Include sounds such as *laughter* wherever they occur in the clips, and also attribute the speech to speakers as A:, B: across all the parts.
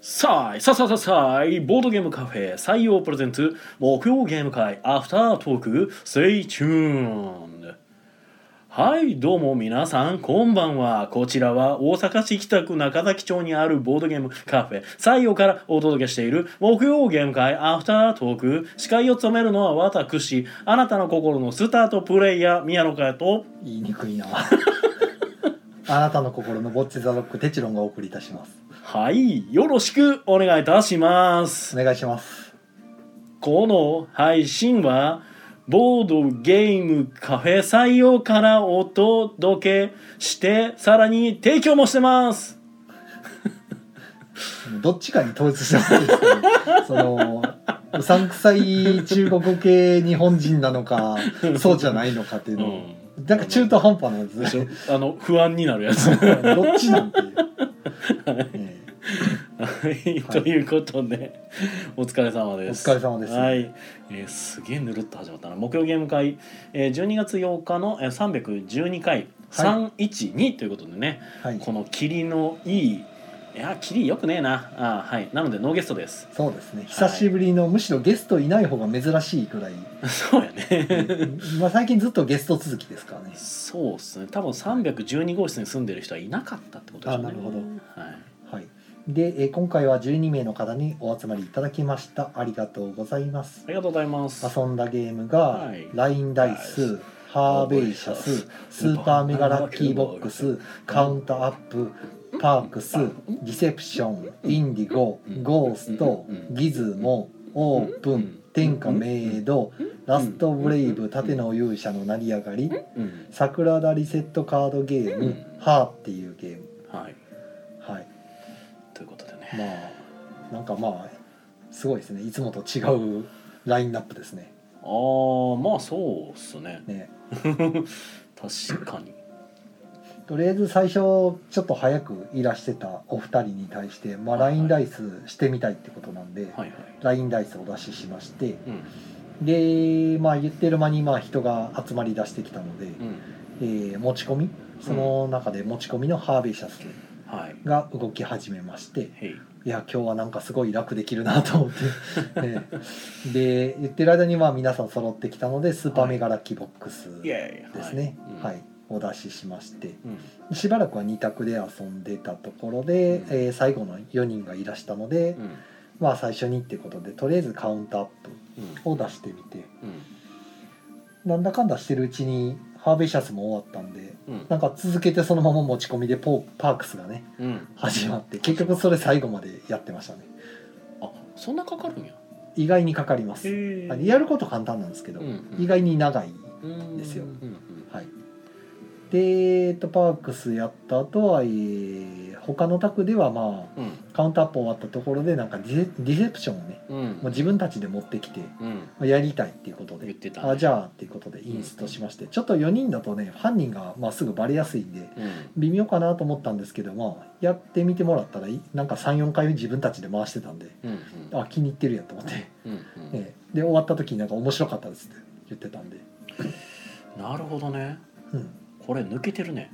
A: さあいさあさあさあさあいボードゲームカフェ採用プレゼンツ木曜ゲーム会アフタートーク Stay tuned はいどうも皆さんこんばんはこちらは大阪市北区中崎町にあるボードゲームカフェ採用からお届けしている木曜ゲーム会アフタートーク司会を務めるのは私あなたの心のスタートプレイヤー宮野佳代と
B: 言いにくいなあなたの心のボッチザロックテチロンがお送りいたします
A: はいよろしくお願いいたします
B: お願いします
A: この配信はボードゲームカフェ採用からお届けしてさらに提供もしてます
B: どっちかに統一してほしいですけどそのうさんくさい中国系日本人なのかそうじゃないのかっていうのを、なんか中途半端なやつ
A: で
B: で
A: し
B: し
A: ょ
B: ょ
A: あの不安になるや
B: *laughs*
A: つは
B: どっちなんていう、え
A: いということでお疲れ様です
B: お疲れ様です
A: はい、えーすげえぬるっと始まったな木曜ゲーム会、えー、12月8日のえー312回312ということでね、
B: えはい
A: この霧のいいいや霧よくねえなあーはいなのでノーゲストです *laughs*
B: そうですね久しぶりの、むしろゲストいない方が珍しいくらい
A: そうやね。
B: まあ最近ずっとゲスト続きですからね
A: そうですね。多分312号室に住んでる人はいなかったってことですね。
B: あなるほ
A: は
B: ど
A: い。
B: はい。で、えー今回は12名の方にお集まりいただきました。ありがとうございます
A: あ。りがとうございます。
B: 遊んだゲームが
A: はい、
B: ラインダイス、ハーベイシャス、スーパーメガラッキーボックス、カウントアップ、パークス、リセプション、インディゴ
A: う、ん
B: ゴースト
A: うん、
B: ギズモ、オープ
A: うん
B: ン、天下メイド
A: うん、
B: ラストブレイブ、盾の勇者の成り上がり、
A: うん。
B: 桜田リセットカードゲー
A: う
B: ム
A: ん、
B: ハーっていうゲーム。
A: はい。
B: はい。
A: ということでね。
B: まあなんかまあすごいですねいつもと違うラインナップですね
A: ああ、まあそうですね。
B: ね
A: *laughs* 確かに。
B: とりあえず最初ちょっと早くいらしてたお二人に対して、まあ、ラインダイスしてみたいってことなんで、
A: はいはい。
B: ラインダイスをお出ししまして
A: うん。
B: で、まあ、言ってる間にまあ人が集まり出してきたので、
A: うん。
B: えー持ち込みその中で持ち込みのハーベイシャス
A: はい。
B: が動き始めまして、
A: へい。
B: いや今日はなんかすごい楽できるなと思っ
A: *laughs*
B: て、ねで言ってる間にまあ皆さん揃ってきたのでスーパーメガラッキーボックス
A: イ
B: で
A: エーイ。
B: すね
A: うん
B: はい、お出ししまして
A: うん。
B: しばらくは2択で遊んでたところで、
A: うん
B: えー最後の4人がいらしたので、
A: うん。
B: まあ最初にってことでとりあえずカウントアッ
A: うん。
B: プを出してみて
A: うん。
B: なんだかんだしてるうちにハーベシャスも終わったんで
A: うん。
B: なんか続けてそのまま持ち込みでポーパークスがね
A: うん。
B: *laughs* 始まって結局それ最後までやってましたね
A: あ、そんなかかるんや。
B: 意外にかかります
A: へ
B: あやること簡単なんですけど、
A: うん
B: 意外に長い、
A: うん
B: ですよ
A: うんうん。
B: はい、で、えっと、パークスやった後は、えー他の卓ではまあ
A: うん。
B: カウントアップ終わったところでなんかディセディセプションをね
A: うん。
B: もう自分たちで持ってきて
A: うん。
B: まあやりたいっていうことで、
A: 言ってたね
B: あじゃあっていうことでインストしまして、ちょっと4人だとね犯人がまあすぐバレやすいん
A: う
B: で
A: ん。
B: 微妙かなと思ったんですけどまあやってみてもらったらいなんか34回自分たちで回してたんで
A: うん。
B: あ気に入ってるやんと思って、
A: うん。うん。
B: ええで終わった時になんか面白かったですって言ってたんで。
A: なるほどね。
B: うん
A: これ抜けてるね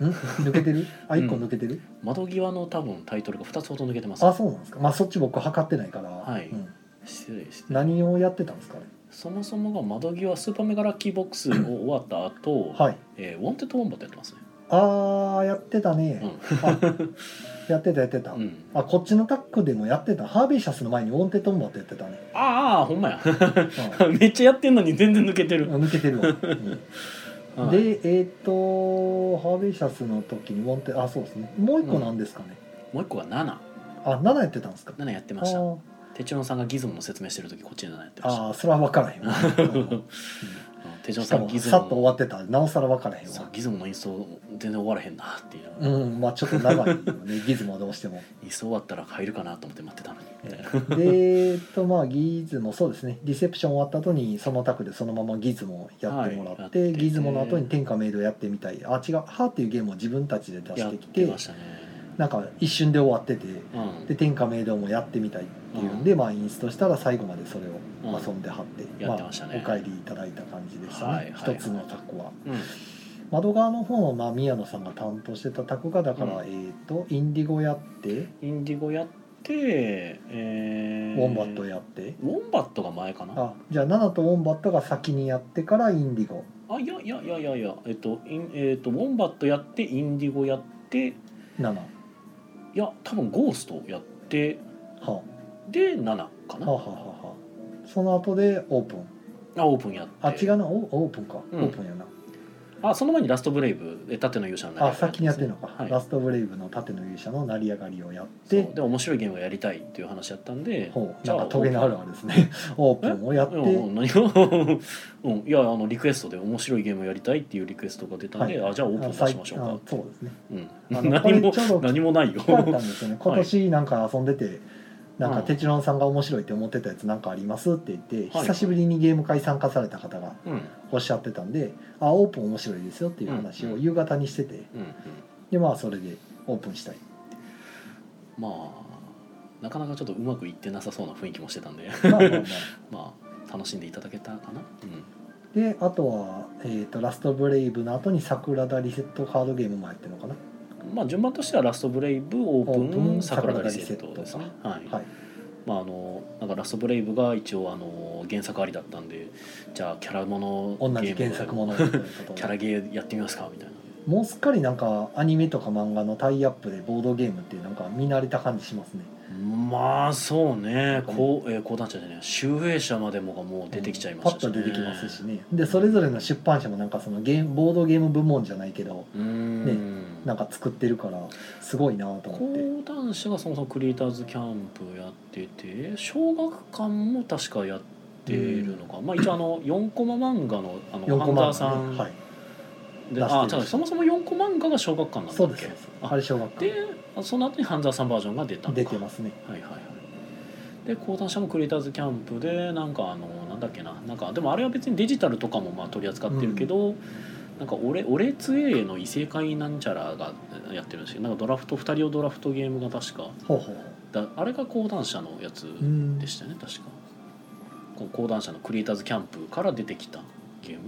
B: ん抜けてるあ
A: *laughs* うん
B: 一個抜けてる、
A: 窓際の多分タイトルが2つほど抜けてます
B: あそうなんですかまあそっち僕測ってないから、
A: はい
B: うん
A: 失礼して
B: 何をやってたんですかね
A: そもそもが窓際スーパーメガラッキーボックスを終わった後、
B: はい
A: えーウォンテッドウォンバットやってますね
B: あーやってたね、あやってたやってた、
A: うん、うん、
B: あこっちのタックでもやってたハーベイシャスの前にウォンテッドンバってやってたね、
A: ああほんまや *laughs* めっちゃやってんのに全然抜けて
B: う
A: る
B: ん、、抜けてるわ、うん
A: はい
B: でえっ、とハーベイシャスの時にウォンテあそうですねもう一個なんですかね、
A: もう一個が77
B: あ7やってたんですか
A: やって
B: あ
A: ました
B: ー
A: 手帳さんがギズモの説明してる時こっちで7やってました
B: あーそれは分からへ
A: *laughs*
B: んわ、うん
A: 手帳
B: し
A: さ
B: か
A: ん
B: も
A: ギズ
B: さっと終
A: モ
B: わってたらなおさら分からへん
A: そ
B: わ
A: うギズモのインスト全然終わらへんなっていう、
B: う
A: イ
B: んまあちょっと長いよ
A: *laughs*
B: ねギズモはどうしても。
A: ンスト終わったら入るかなと思って待ってたのにみたいな
B: でえっとまあギズモそうですねリセプション終わった後にそのタクでそのままギズモやってもらっ
A: はい
B: て,、
A: やってて
B: ギズモの後に天下メイドやってみたいあ違う「は」っていうゲームを自分たちで出
A: *laughs* や
B: し
A: って
B: き
A: て
B: て
A: ましたね
B: なんか一瞬で終わってて
A: うん
B: で天下メイドもやってみたいっていうんで、まあインストしたら最後までそれを遊んではって,、
A: やってましたね
B: あ、お帰りいただいた感じでしたね、
A: はいはいはい
B: 一つのタクは。
A: うん
B: 窓側の方の、まあ、宮野さんが担当してたタクがだから、
A: う
B: えっとインディゴやって
A: インディゴやっって、えー
B: ウォンバットやって
A: ウォンバットが前かなあ
B: あじゃあナナとウォンバットが先にやってからインディゴ
A: いやいやいやいやいやえっとインえっとウォンバットやってインディゴやってい
B: ナナ
A: や多分ゴーストやって
B: は
A: で7か
B: あ、はあ
A: な
B: はあはあはあその後でオープン
A: あオープンやって
B: あ違うなオオープンか、
A: うん
B: オープンやな
A: あその前にラストブレイブえ盾の勇者の成り上が
B: あ先にやってるのか、
A: はい、
B: ラストブレイブの盾の勇者の成り上がりをやっ
A: で
B: て
A: で面白いゲームをやりたいっていう話やったんで
B: ほう
A: じ
B: な
A: ゃ
B: ん
A: あ
B: かトゲのあるあるですねオープンをやって、
A: うんうん、何を *laughs* うんいやあのリクエストで面白いゲームをやりたいっていうリクエストが出たんで、
B: は
A: あじゃあオープン
B: あ
A: 出
B: 最
A: しましょうか
B: あそうですね
A: うん、
B: あのこ
A: *laughs* 何
B: れ
A: も
B: ちょうど
A: 何も *laughs* ないよ
B: 聞かれたんですよね今年なんか遊んでて、なん
A: う
B: か
A: ん
B: テチロンさんが面白いって思ってたやつなんかありますって言って、
A: はい
B: 久しぶりにゲーム会参加された方が
A: うんうん
B: おっしゃってたんで「あオープン面白いですよ」っていう話
A: う
B: を
A: ん
B: 夕方にしてて
A: うん
B: でまあそれでオープン
A: *laughs*
B: したい
A: まあなかなかちょっとうまくいってなさそうな雰囲気もしてたんで *laughs*
B: まあまあまあ
A: まあ楽しんでいただけたかな、
B: であとは、えーと「ラストブレイブ」の後に「桜田リセットカードゲーム」もやってるのかな
A: うん、まあ順番としてはラストブレイブオープ
B: オープ
A: ン
B: ン
A: 桜田リセットですねはい、
B: はい
A: まああのなんかラストブレイブが一応あの原作ありだったんでじゃあキャラもの
B: 同
A: ゲー
B: じ
A: ム
B: 原作ものという *laughs* こと
A: キャラ
B: で
A: ゲーやってみますかみたいな
B: もうすっかりなんかアニメとか漫画のタイアップでボードゲームってなんか見慣れた感じしますね
A: まあそうねこう、えー、講談社じゃね集英社までもがもう出てきちゃいましたし、
B: パ
A: ね
B: ッと出てきますしねでそれぞれの出版社もなんかそのゲームボードゲーム部門じゃないけど
A: うーん、
B: なんか作ってるからすごいなと思って
A: 講談社がそもそもクリエイターズキャンプやってて小学館も確かやってるのか、まあ一応あ
B: *clears throat*
A: の4コマ漫画のあの
B: 4
A: ハ
B: コ
A: ンタ
B: マ
A: ーさ
B: が
A: ん
B: ね
A: で、
B: はい
A: あ
B: 出してる
A: 違うそもそも4コマ漫画が小学館なんだっけ
B: そうですそうですあれ小学
A: で
B: 館
A: あその後に半沢さんバージョンが出たのか
B: 出てますね
A: はいはいはいで講談社もクリエイターズキャンプでなんかあのなんだっけななんかでもあれは別にデジタルとかもまあ取り扱ってるけど、なんか俺「俺つえへの異世界なんちゃら」がやってるんですよなんかドラフト2人をドラフトゲームが確か
B: ほうほうほ
A: だあれが講談社のやつ
B: ううん
A: でしたよね確かこう講談社のクリエイターズキャンプから出てきたゲーム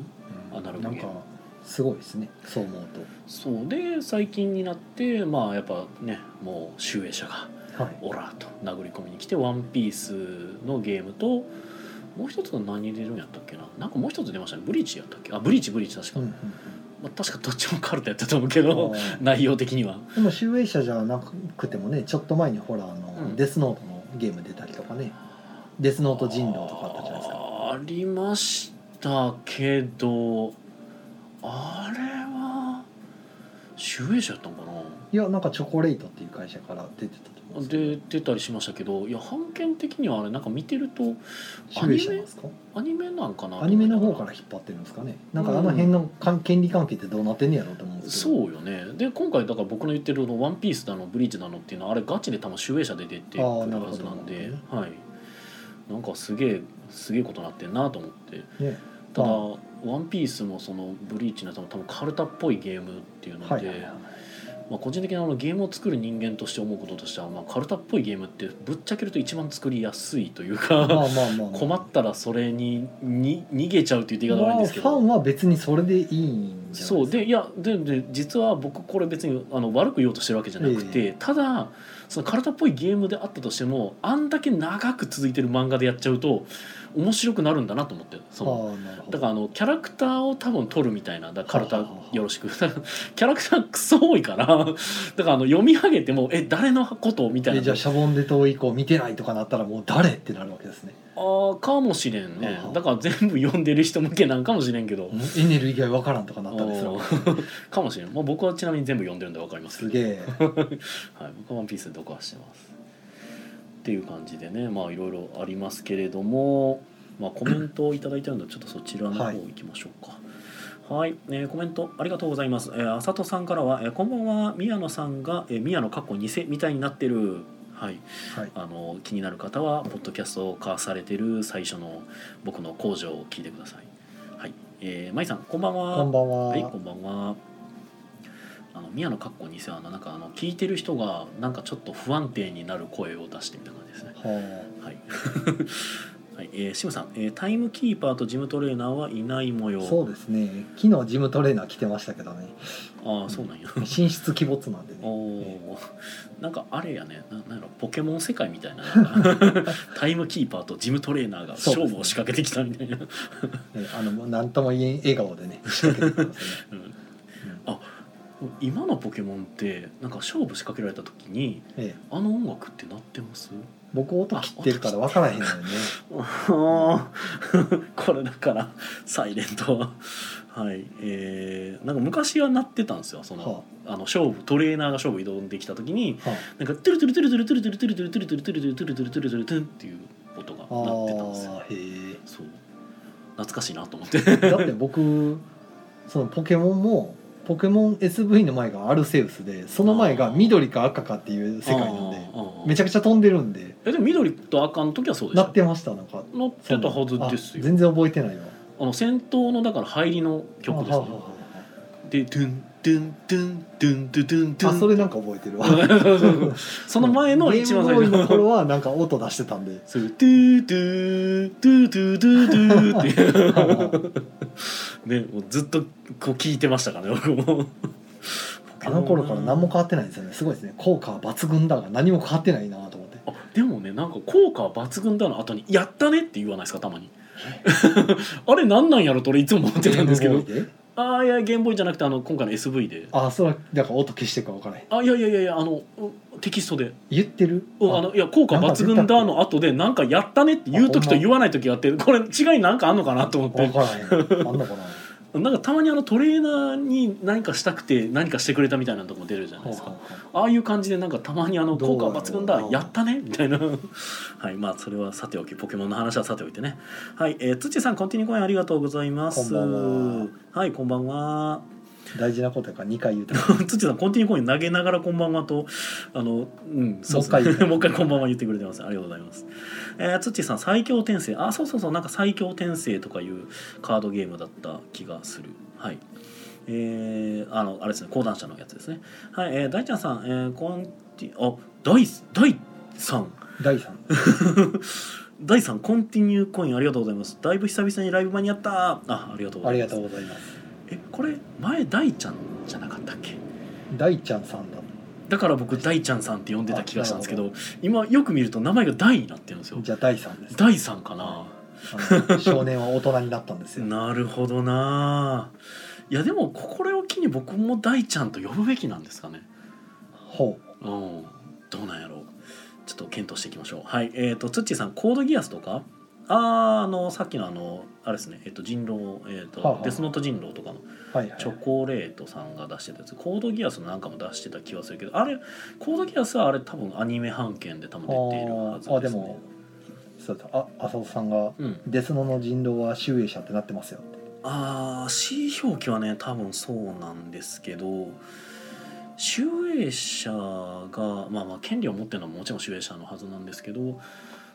A: アナログ
B: な
A: ゲー
B: ん
A: ム
B: かすごいですねそう思う
A: そうで最近になってまあやっぱねもう集英社が
B: とはい
A: オラと殴り込みに来て「ワンピースのゲームともう一つが何出るんやったっけななんかもう一つ出ましたねブリーチやったっけあブリーチブリーチ確か、
B: うんうん
A: まあ、確かどっちもカルタやったと思うけ
B: うん
A: ど *laughs* 内容的には
B: でも集英社じゃなくてもねちょっと前にほらあの、
A: うん
B: デスノートのゲーム出たりとかねデスノート人狼とかあったじゃないですか
A: あーありましたけどあれは集英社やったんかない
B: やなんかチョコレートっていう会社から出てたと思うん
A: で出たりしましたけどいや版権的にはあれなんか見てると
B: 集英社なんですか
A: アニメなんかな
B: アニメの方から引っ張ってるんですかねなんかあの辺のかん権利関係ってどうなってんねやろうと思うんですけど
A: そうよねで今回だから僕の言ってるの「ワンピースだの「ブリーチだの」っていうのはあれガチで多分集英社で出てくる
B: あーなる
A: は
B: ほ
A: ず
B: ど
A: なんで
B: なる
A: はいなんかすげえすげえことなってんなと思って
B: ね
A: ただ「
B: ま
A: ワンピースもその「ブリーチのやつも多分カルタっぽいゲームっていうので、
B: はいはいはい
A: まあ、個人的にあのゲームを作る人間として思うこととしては、まあ、カルタっぽいゲームってぶっちゃけると一番作りやすいというか、
B: まあまあまあ、まあ、
A: 困ったらそれにに逃げちゃうっていう言い方はないん
B: まあ
A: です
B: フ
A: け
B: ァ
A: ど、
B: ンは別にそれでいいんじゃないですか
A: そうでいやでで実は僕これ別にあの悪く言おうとしてるわけじゃなくて、
B: え
A: ただその体っぽいゲームであったとしてもあんだけ長く続いてる漫画でやっちゃうと面白くなるんだなと思ってその
B: ああなるほ
A: だ
B: ど
A: からあのキャラクターを多分取るみたいなだからカ
B: は
A: ル
B: ははは
A: タよろしく *laughs* だからキャラクタークソ多いからだ *laughs* からあの読み上げてもえ誰のことみたい
B: え
A: な
B: じゃあシャボンで遠い子見てないとかなったらもう誰ってなるわけですね
A: あーかもしれんね
B: はは
A: だから全部読んでる人向けなんかもしれんけど
B: もうエネル以外わからんとかなったりする
A: おーかもしれん、ま *laughs* あ、僕はちなみに全部読んでるんで分かりますけ
B: す
A: ど
B: げえ
A: はい、僕はワンピースで読破してます。っていう感じでね、まあいろいろありますけれども、まあコメントをいただいてるので、ちょっとそちらの方
B: はい
A: 行きましょうか。はい、えーコメントありがとうございます。えー、あさとさんからは、えーこんばんは、宮野さんが、えー、宮野かっこ偽みたいになってる。はい、
B: はい
A: あの気になる方はポッドキャスト化されてる最初の僕の工場を聞いてください。はい、えー、まいさん、こんばんは。
B: こんばんは、
A: はい、こんばんは。あの宮野かっこにせあのなんかあの聞いてる人がなんかちょっと不安定になる声を出してみた感じですね。
B: は
A: *laughs* はい。はいえー、シムさん、えータイムキーパーとジムトレーナーはいない模様
B: そうですね昨日ジムトレーナー来てましたけどね
A: ああそうなんや
B: 寝室鬼没なんでね
A: おおなんかあれやねななんやろポケモン世界みたいななんかタイムキーパーとジムトレーナーが勝負を仕掛けてきたみたいな、
B: ねあのもう何とも言えん笑顔でね仕掛けてきますね
A: うん今のポケモンってなんか勝負仕掛けられた時に
B: うんええ
A: あの音楽って鳴ってます
B: 僕音切ってるから分からへんのよね
A: あーこれだからサイレントははいえーなんか昔は鳴ってたんですよその,、
B: は
A: あ、の勝負トレーナーが勝負挑んできた時に
B: は
A: なんかトゥルトゥルトゥルトゥルトゥルトゥルトゥルトゥルトゥルトゥルトゥルトゥルトゥルトゥルトゥルトゥルトゥルトゥルっていう音が
B: あ
A: 鳴ってたんですよ
B: あーへ
A: そう懐かしいなと思って
B: えだって僕そのポケモンもポケモン SV の前がアルセウスでその前が緑か赤かっていう世界なんでめち
A: ゃ
B: ゃくちゃ飛んでるんで
A: えでも緑と赤の時はそうでし
B: な
A: ょ
B: ってましたなんか
A: 鳴ってたはずです
B: あ
A: よ
B: 全然覚えてないわ
A: あの戦闘のだから入りの曲です
B: あ
A: ねでドゥンドゥンドゥンドゥンドゥンドゥンドゥン
B: あそれなんか覚えてるわ
A: *laughs* その前の一番最
B: ゲームボーイ
A: 初
B: の
A: の
B: 頃はなんか音出して
A: *laughs*
B: たんで
A: そうドゥードゥードゥードゥードゥードゥーっていう *laughs* ね、もうずっとこう聞いてましたからね僕も
B: あの頃から何も変わってないんですよねすごいですね効果は抜群だが何も変わってないなと思って
A: あでもねなんか効果は抜群だの後に「やったね」って言わないですかたまに *laughs* あれなんなんやろと俺いつも思ってたんですけ
B: ゲ
A: ど
B: ームボーイで
A: *laughs* ああいやゲームボーイじゃなくてあの今回の SV で
B: あそれはだから音消してるか分からへん
A: あいやいやいやいやあのうテキストで
B: 言ってる
A: うんあのいや効果抜群だの後でなんかやったねって言う時と言わない時があってこれ違いなんかあんのかなと思って
B: 分からへ
A: *laughs*
B: んあんのかな
A: なんかたまにあのトレーナーに何かしたくて何かしてくれたみたいなとこも出るじゃないですか。ああいう感じでなんかたまにあの効果抜群だ
B: どうだろうな
A: やったねみたいな *laughs* はいまあそれはさておきポケモンの話はさておいてねはい、えー、土さんコンティニュー公演ありがとうございます
B: こんばんはい
A: こんばんは
B: 大事なことやから2回言
A: *laughs*
B: うて
A: 土さんコンティニュー公演投げながらこんばんはとあのうんそうですね
B: もう一回言うて
A: *laughs* もう一回こんばんは言ってくれてますありがとうございますえー、土さん最強転生あそうそうそうなんか最強転生とかいうカードゲームだった気がするはいえー、あのあれですね講談社のやつですねはい、えー、大ちゃんさん、えー、こんてあ大大さん
B: 第3
A: 第3コンティニューコインありがとうございますだいぶ久々にライブ間に合ったあありがとうご
B: あ
A: ざ
B: り
A: いま
B: が
A: す
B: とうございます
A: えこれ前大ちゃんじゃなかったっけ
B: 大ちゃんさんだ
A: だから僕大ちゃんさんって呼んでた気がしたんですけ
B: あ
A: ど今よく見ると名前が大になってるんですよ
B: じゃあ第3です
A: 大さんかな
B: あの少年は大人になったんですよ
A: なるほどないやでもこれを機に僕も大ちゃんと呼ぶべきなんですかね
B: ほう
A: うんどうなんやろうちょっと検討していきましょうはいえっ、ー、とつっちーさんコードギアスとかあーあのさっきのあのあれですねえっ、と人狼、えーと
B: はあはあ
A: デスノート人狼とかの
B: はいはい
A: チョコレートさんが出してたやつコードギアスなんかも出してた気はするけどあれコードギアスはあれ多分アニメ版権で多分出ているはずです、ね、
B: あーあでもそうだあ浅尾さんが
A: うん
B: 「デスノの人狼は集英社ってなってますよ」って
A: あー C 表記はね多分そうなんですけど集英社がまあまあ権利を持ってるのはもちろん集英社のはずなんですけど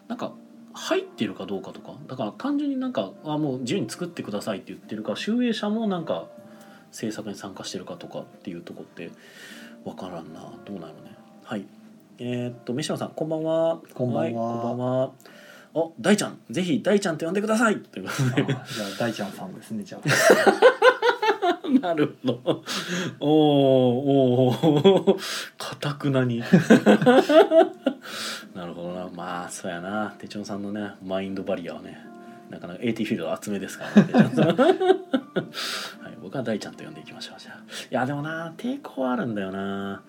A: なんか入ってるかどうかとかだから単純になんかあもう自由に作ってくださいって言ってるか集英社もなんか制作に参加してるかとかっていうとこってわからんなどうなのねはいえーっと飯野さんこんばんは
B: こんばんはい
A: こんばんはあ大ちゃんぜひ大ちゃんって呼んでくださいということで
B: あーじゃあ大ちゃんさんですねじゃあ
A: *laughs* なるほど。おーおーおかたくなに。 *laughs* なるほどな。まあ、そうやな。手帳さんのね、マインドバリアはね、なかなか AT フィールド厚めですから、ね、手帳さん *laughs* はい、僕は大ちゃんと呼んでいきましょう。じゃあ。いや、でもな、抵抗はあるんだよな。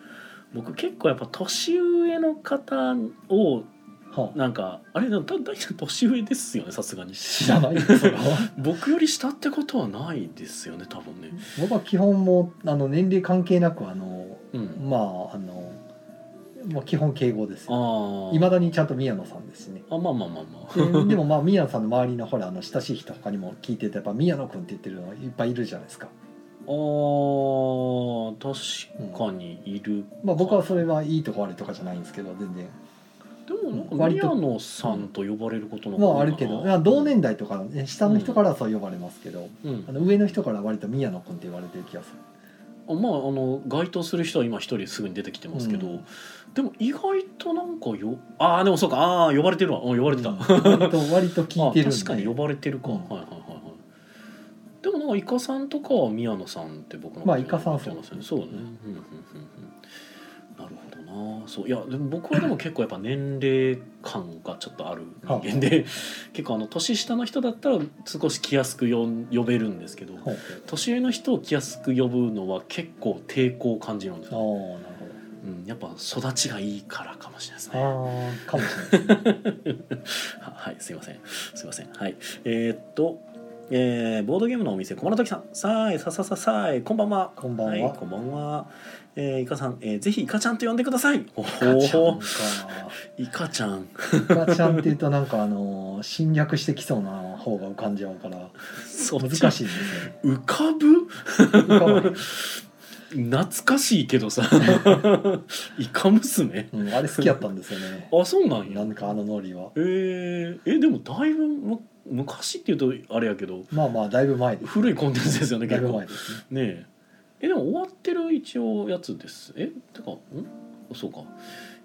A: 僕結構やっぱ年上の方を
B: はあ
A: なんかあれでも大大ちゃん年上ですよねさすがに
B: 知らないよそれは
A: 僕より下ってことはないですよね多分ね
B: 僕は基本もうあの年齢関係なくあの
A: うん
B: まああのもう基本敬語ですよ
A: ああ
B: いまだにちゃんと宮野さんですしね
A: あまあまあまあまあ
B: ででもまあ宮野さんの周りのほらあの親しい人他にも聞いててやっぱ宮野君って言ってるのいっぱいいるじゃないですか、
A: あー確かにいる、
B: まあ、僕はそれはいいとこ悪いとかじゃないんですけど全然
A: でもなんか
B: 割
A: 宮
B: と
A: 野さんと呼ばれることの
B: ま
A: 方
B: あ
A: が
B: あるけどまあ同年代とか、ね、下の人からはそう呼ばれますけど、
A: うん
B: あの上の人から割と宮野君って言われてる気がする
A: あまああの該当する人は今一人すぐに出てきてますけど、
B: うん
A: でも意外となんかよああでもそうかああー呼ばれてるわうん呼ばれてた、
B: うん
A: あ
B: 割と割と聞いてるんで
A: 確かに呼ばれてるか、
B: うん
A: はいはいはいはいでもなんかイカさんとかは宮野さんって僕の
B: まあイカさんはそう
A: そうねそうね、うんうんうんうん、なるほどなそういやでも僕はでも結構やっぱ年齢感がちょっとある人間で結構あの年下の人だったら少し気安くよ呼べるんですけど、
B: ほう
A: 年上の人を気安く呼ぶのは結構抵抗を感じるんですよ、
B: ほうああなるほど
A: うん、やっぱ育ちがいいからかもしれないですねは
B: ああかもしれないですね
A: はいすいませんすいませんはいえーっとえーボードゲームのお店駒の時さんさあいささささあいこんばんは
B: こんばんは
A: はい、こんばんはえー、イカさん、えー、ぜひイカちゃんと呼んでくださいお
B: ガチャ
A: ー
B: ンか
A: イカちゃん
B: ガチャンっていうとなんかあの侵略してきそうな方が浮かんじゃうから
A: そっ
B: 難し
A: ち
B: いんですよね
A: 浮かぶ
B: 浮かば
A: *laughs*
B: ない
A: 懐かしいけどさイカ娘
B: うん、あれ好きやったんですよね
A: あそうなんや
B: なんかあのノリは
A: えー、えでもだいぶむ昔っていうとあれやけど
B: まあまあだいぶ前です、
A: 古いコンテンツですよね
B: だい
A: 結
B: ぶ
A: 構
B: 前
A: ね
B: ですね
A: ええでも終わってる一応やつですえてかんそうか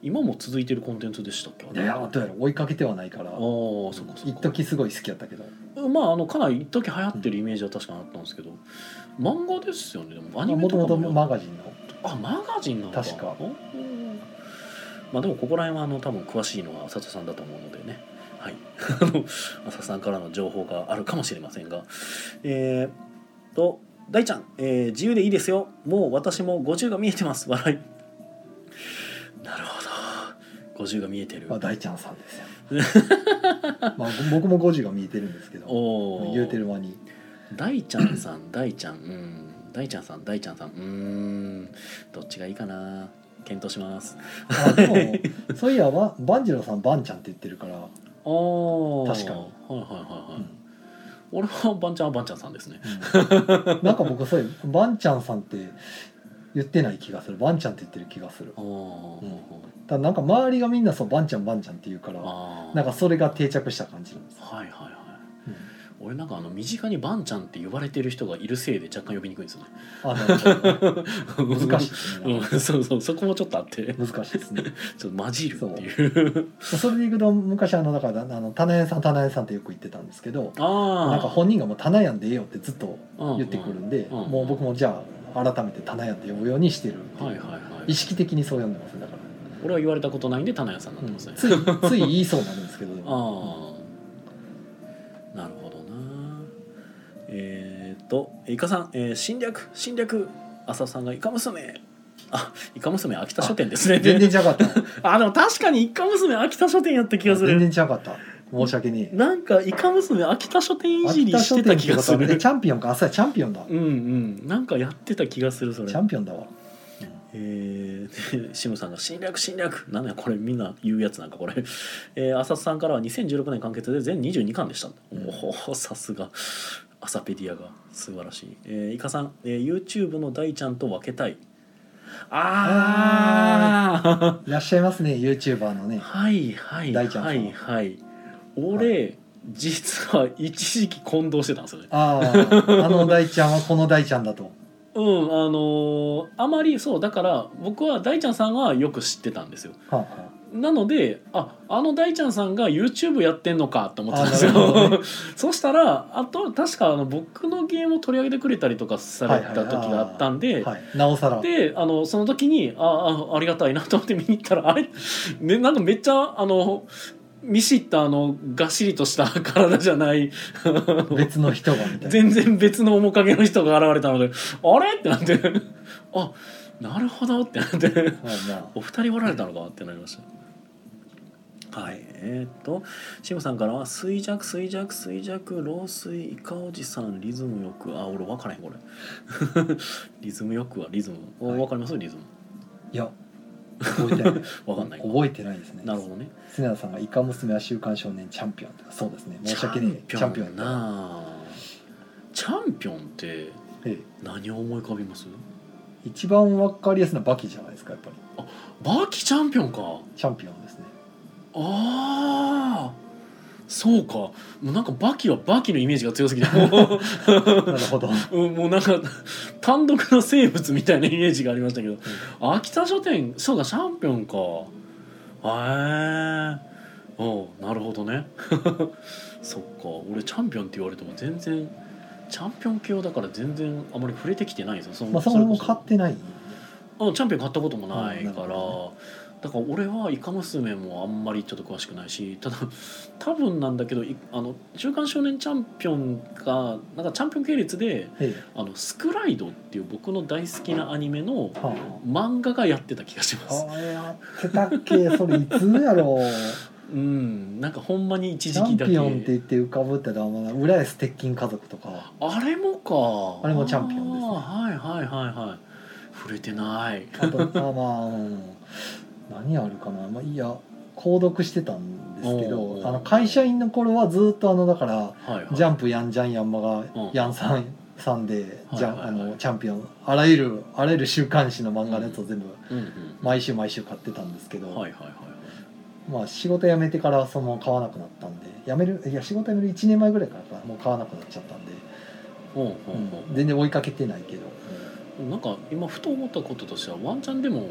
A: 今も続いてるコンテンツでしたっけあ
B: いやいやどうやら追いかけてはないから
A: あーそっかそっ
B: 一
A: か
B: 時すごい好きやったけど
A: まああのかなり一時流行ってるイメージは確かにあったんですけど、漫画ですよねでもアニメ
B: もとも
A: とか
B: と
A: も
B: マガジンの
A: あマガジンなのか
B: 確か
A: うんまあでもここら辺はあの多分詳しいのは佐藤さんだと思うのでねはい *laughs* あの佐藤さんからの情報があるかもしれませんがえー、と大ちゃん、えー自由でいいですよもう私も50が見えてます笑いなるほど50が見えてる
B: まあ、大ちゃんさん *laughs* ですよまあ僕も50が見えてるんですけど
A: おお
B: 言うてる間に
A: 大ちゃんさん大ちゃんうん大ちゃんさん大ちゃんさんうーんどっちがいいかな検討します
B: あでも *laughs* そういやば万次郎さんバンちゃんって言ってるから、
A: あー
B: 確かに
A: はいはいはいはい、
B: うん
A: 俺はバンちゃんはバンちゃんさんですね
B: うんなんか僕そういうバンちゃんさんって言ってない気がするバンちゃんって言ってる気がする
A: あー、
B: うんただなんか周りがみんなそうバンちゃんバンちゃんって言うから
A: あー
B: なんかそれが定着した感じなんです、
A: はいはいは
B: うん
A: い俺なんかあの身近にバンちゃんって呼ばれてる人がいるせいで若干呼びにくいんですよね
B: あなるほど *laughs* 難しい
A: い、
B: ですね、
A: うん、そうそうそこもちょっとあって
B: 難しいですね
A: ちょっと混じるっていう
B: それでいくと昔あのだからあの棚屋さん棚屋さんってよく言ってたんですけど
A: ああ
B: なんか本人がもう棚屋んでええよってずっと
A: うん
B: 言ってくるんで、
A: うんうん
B: もう僕もじゃあ改めて棚屋って呼ぶようにしてるっていう、
A: はいはいはい
B: 意識的にそう呼んでますだから、
A: 俺は言われたことないんで棚屋さんになって
B: うん
A: ますね、
B: ついつい言いそうになるん *laughs* ですけどでも
A: ああなるほどなえー、っとイカさん、えー侵略侵略浅尾さんがイカ娘あイカ娘秋田書店ですね
B: 全然違か *laughs* った
A: *laughs* あでも確かにイカ娘秋田書店やった気がす
B: 全然
A: る
B: 違かった申し訳ねえ
A: なんかイカ娘秋田書店いじりしてた気がす
B: 秋田書店ってことはえ
A: る
B: チャンピオンかあそうやチャンピオンだ、
A: うんうんなんかやってた気がするそれ
B: チャンピオンだわ
A: えー、で *laughs* シムさんが「侵略侵略」なんだよこれみんな言うやつなんかこれ、えー、浅瀬さんからは2016年完結で全22巻でした、
B: うん
A: おおさすが朝ペディアが素晴らしい、えー、イカさん、えー、YouTube の大ちゃんと分けたいああ
B: いらっしゃいますね YouTuber のね
A: はいはい
B: 大ちゃんさ
A: は
B: ん
A: いはい俺、実は一時期混同してたんですよね
B: あああの大ちゃんはこの大ちゃんだと
A: うんあのーあまりそうだから僕は大ちゃんさんはよく知ってたんですよ
B: はあは
A: なのでああの大ちゃんさんが YouTube やってんのかと思ってたんです
B: あなるほど
A: よ *laughs* そしたらあと確かあの僕のゲームを取り上げてくれたりとかされた時があったんで、
B: あはい、なおさら
A: であのその時にああありがたいなと思って見に行ったらあれ、ね、なんかめっちゃあの見知ったあのがっしりとした体じゃ
B: *laughs*
A: ない
B: 別の人がみたいな
A: 全然別の面影の人が現れたのであれってなってあなるほどってなって。
B: まあま
A: お二人おられたのかってなりましたはいえーっとシムさんからは「衰弱衰弱衰弱老衰イカおじさんリズムよく」あ俺分からへんこれリズムよくはリズムお
B: はい
A: 分かりますリズム
B: あいや覚えてない
A: 分かんない
B: 覚えてないですね
A: なるほどね
B: スネアさんが「イカ娘は週刊少年チャンピオン」とかそうですね申し訳ねえチャンピオンだ
A: なあチャンピオンって
B: え
A: 何を思い浮かびます
B: え一番わかりやすいのはバキじゃないですかやっぱり
A: バキチャンピオンか *laughs*
B: チャンピオンですね
A: ああそうかもうなんかバキはバキのイメージが強すぎても
B: なる
A: *laughs*
B: ほど。
A: ううんもうなんか単独の生物みたいなイメージがありましたけど秋田書店そうかチャンピオンかへえおうなるほどね *laughs* そっか俺チャンピオンって言われても全然チャンピオン系はだから全然あまり触れてきてないんですよその
B: まあ、そ
A: れ
B: れ
A: こ
B: も
A: そ
B: 買ってない。
A: うん、チャンピオン買ったこともないから、
B: うんなるほ
A: だから俺はイカ娘もあんまりちょっと詳しくないしただ多分なんだけどいあの「週刊少年チャンピオンが」なんかチャンピオン系列で
B: ええ。
A: 「あのスクライド」っていう僕の大好きなアニメの
B: は
A: 漫画がやってた気がしま
B: あ。
A: す
B: あれやってたっけ、それいつやろう。
A: うんなんかほんまに
B: チ
A: 一時期だ
B: ャン
A: け
B: ピオンって言って浮かぶってのは、まあ、浦安鉄筋家族とか。
A: あれもか
B: あれもチャンピオンですね
A: あーはいはいはいはい触れてない
B: あと、あ、まあ、うん何あるかな、まあ、いや、購読してたんですけ
A: おうお
B: ど
A: う、
B: あの会社員の頃はずっとあの、だから。
A: はいはい
B: ジャンプやんじゃんやんまが
A: うん
B: やんさんさんで
A: はい
B: じゃん
A: はい
B: あ
A: はい
B: のチャンピオンあらゆるあらゆる週刊誌の漫画のやつを全部
A: うんうん
B: 毎週毎週買ってたんですけど、
A: はいはいはい
B: まあ仕事辞めてからその買わなくなったんで辞めるいや仕事辞める1年前ぐらいからかなもう買わなくなっちゃったんで、
A: ほうほ
B: う
A: うんほう
B: 全然追いかけてないけど、
A: なんか今ふと思ったこととしてはワンチャンでも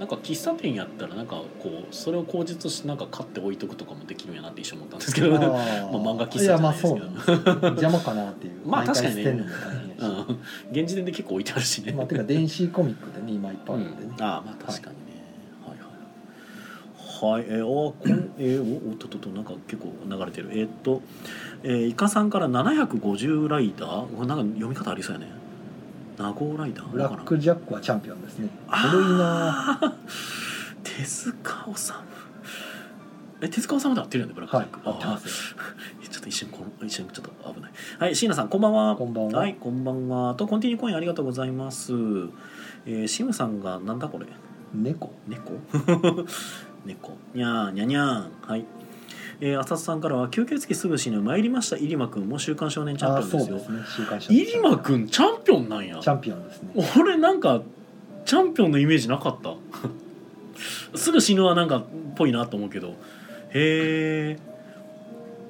A: なんか喫茶店やったらなんかこうそれを口実としてなんか買って置いとくとかもできるんやなって一瞬思ったんですけどうん
B: あー
A: まあ漫画喫茶
B: い
A: じゃ
B: や
A: ない
B: まあ
A: ですけど
B: そうなんですよ
A: *laughs*
B: 邪魔かなっていう
A: まあ
B: 毎回
A: 確かにね
B: 捨てるのも大変やし、
A: 現時点で結構置いてあるしね、
B: まあてか電子コミックでね今いっぱいあるんでね、
A: うん、ああまあ確かにね、はい、はいはいえー、おこんえーおおっとっとっとなんか結構流れてるえーっと、えー、イカさんから750ライダーうわなんか読み方ありそうやねナゴライダー
B: ブラックジャックはチャンピオンですね古いな
A: ああ手塚治虫え手塚治虫で合ってるよねブラックジ
B: は
A: ャ
B: い
A: ック、
B: 合ってま
A: あ
B: すよ
A: ーちょっと一瞬この一瞬ちょっと危ないはい椎名さんこんばんは
B: こんばんは
A: はいこんばんはとコンティニューコインありがとうございますえー、シムさんがなんだこれ
B: 猫
A: 猫 *laughs* 猫にゃーにゃにゃーんはいえー、浅津さんからは吸血鬼すぐ死ぬ参りました入間くんも週刊少年チャ
B: あ
A: ンピオンですよ
B: そうですね週刊誌の
A: 入間くんチャンピオンなんや
B: チャンピオンですね
A: 俺なんかチャンピオンのイメージなかった *laughs* すぐ死ぬはなんかっぽいなと思うけどへえ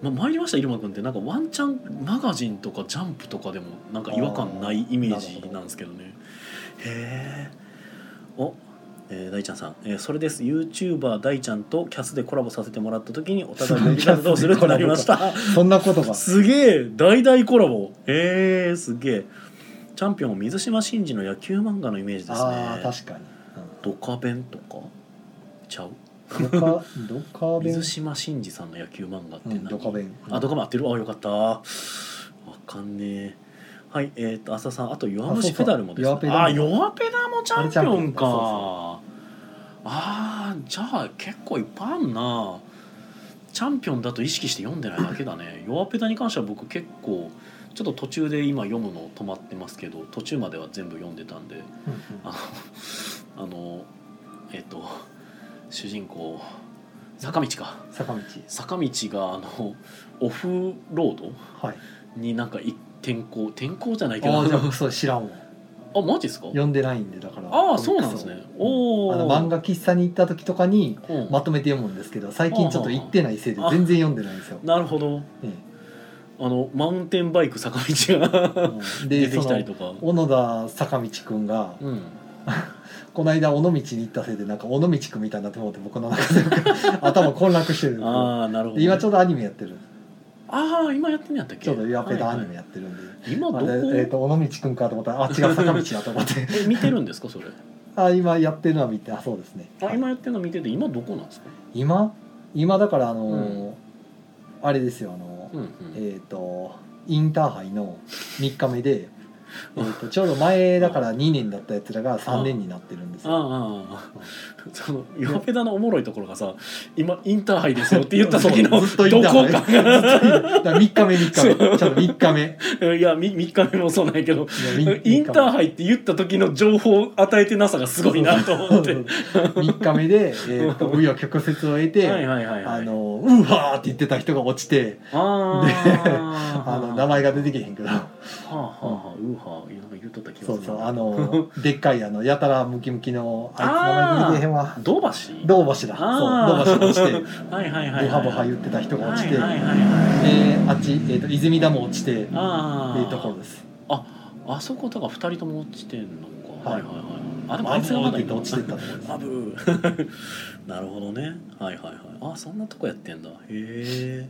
A: ま参りました入間君ってなんかワンチャンマガジンとかジャンプとかでもなんか違和感ないイメージなんですけどねへえおえー大ちゃんさん、えーそれです YouTuber 大ちゃんとキャスでコラボさせてもらった時にお互いの呼び方どうするってなりました
B: そんなことが
A: すげえ大々コラボえー、すげえチャンピオンは水島真司の野球漫画のイメージです
B: ああ
A: ね
B: 確かに、
A: ドカベンとかちゃう
B: うん、ドカドカベン
A: 水島真司さんの野球漫画って
B: う
A: 何、
B: んドカベン
A: あドカベン合ってるあよかったわかんねえはいえー、と浅田さんあと弱虫ペダルもです、ね、
B: あそうそう
A: あ
B: 弱ペダル
A: 弱
B: も
A: ペダもチャンピオンか
B: あ
A: あーじゃあ結構いっぱいあんなチャンピオンだと意識して読んでないだけだね弱ペダに関しては僕結構ちょっと途中で今読むの止まってますけど途中までは全部読んでたんで
B: うんうん
A: あのあのえっ、と主人公坂道か
B: 坂道
A: 坂道があの *laughs* オフロー
B: はい
A: ドになんか一転校転校じゃないけど
B: ああ
A: *laughs*
B: じゃ
A: あ
B: あそう知らんわ
A: マジですか
B: 読んでないんでだから
A: ああそうなんですねおお
B: あの漫画喫茶に行った時とかに
A: うん
B: まとめて読むんですけど最近ちょっと行ってないせいで
A: ああ
B: 全然読んでないんで
A: *laughs*
B: すよ、
A: なるほど
B: え
A: あのマウンテンバイク坂道
B: え
A: が
B: うん
A: 出
B: *laughs* で
A: て
B: そ
A: きたり
B: の
A: とか
B: 小野田坂道くんが
A: うん
B: この間尾道に行ったせいでなんか尾道くんみたいになって思って僕の中で
A: *laughs*
B: なんか頭混乱してるんですよ
A: ああなるほど
B: で今ちょうどアニメやってる
A: ああ今やってんやったっけ
B: ちょうど岩ペダアニメ
A: はい
B: やってるんで、
A: はい今ど
B: あ
A: こ
B: れえー、と尾道くんかと思ったらあ違う坂道だと思って
A: *laughs* え見てるんですか
B: *laughs*
A: それ
B: あ今やってるのは見てあそうですね
A: あ今やってるの見てて今どこなんですか
B: 今今だからあのー
A: う
B: あれですよあのー、
A: うんう
B: え
A: ん
B: っ、とインターハイの3日目でえーとちょうど前だから2年だったやつらが3年になってるんです
A: あ
B: よ
A: あああ *laughs* その岩ペダのおもろいところがさ今インターハイですよって言った時の
B: そうずっとインター
A: ど
B: ハ
A: こ
B: イ
A: か
B: だから3日目3日目
A: そう
B: ちょっと3日目いや
A: いやみ3日目もそうなんやけど
B: み
A: インター
B: イ
A: ハイって言った時の情報を与えてなさがすごいなと思っ
B: *laughs*
A: て
B: 3日目で、えー、と紆余曲折を得て、
A: はいはいはいは
B: あ
A: い
B: のーうわーって言ってた人が落ちて
A: あー
B: あの名前が出てけへんけど
A: はあはあはあうはあなんか言うとった気がす
B: そ
A: る
B: う
A: な
B: そうあのでっかいあのやたらムキムキのあいつ名前見えてへんわ
A: 銅橋
B: 銅橋だ
A: あー
B: そう銅橋落ちて
A: はいはいはいはい
B: ボハボハ言ってた人が落ちて、
A: はいはいはいはい
B: であっち、えー、と泉田も落ちてって
A: ああ
B: いうところです
A: あそこだから二人とも落ちてんのか、
B: は
A: は
B: い
A: いはいはいあでもあいつがまだ
B: あ落ちてったところです
A: あぶー *laughs* なるほどねはいはいはいあそんなとこやってんだへえ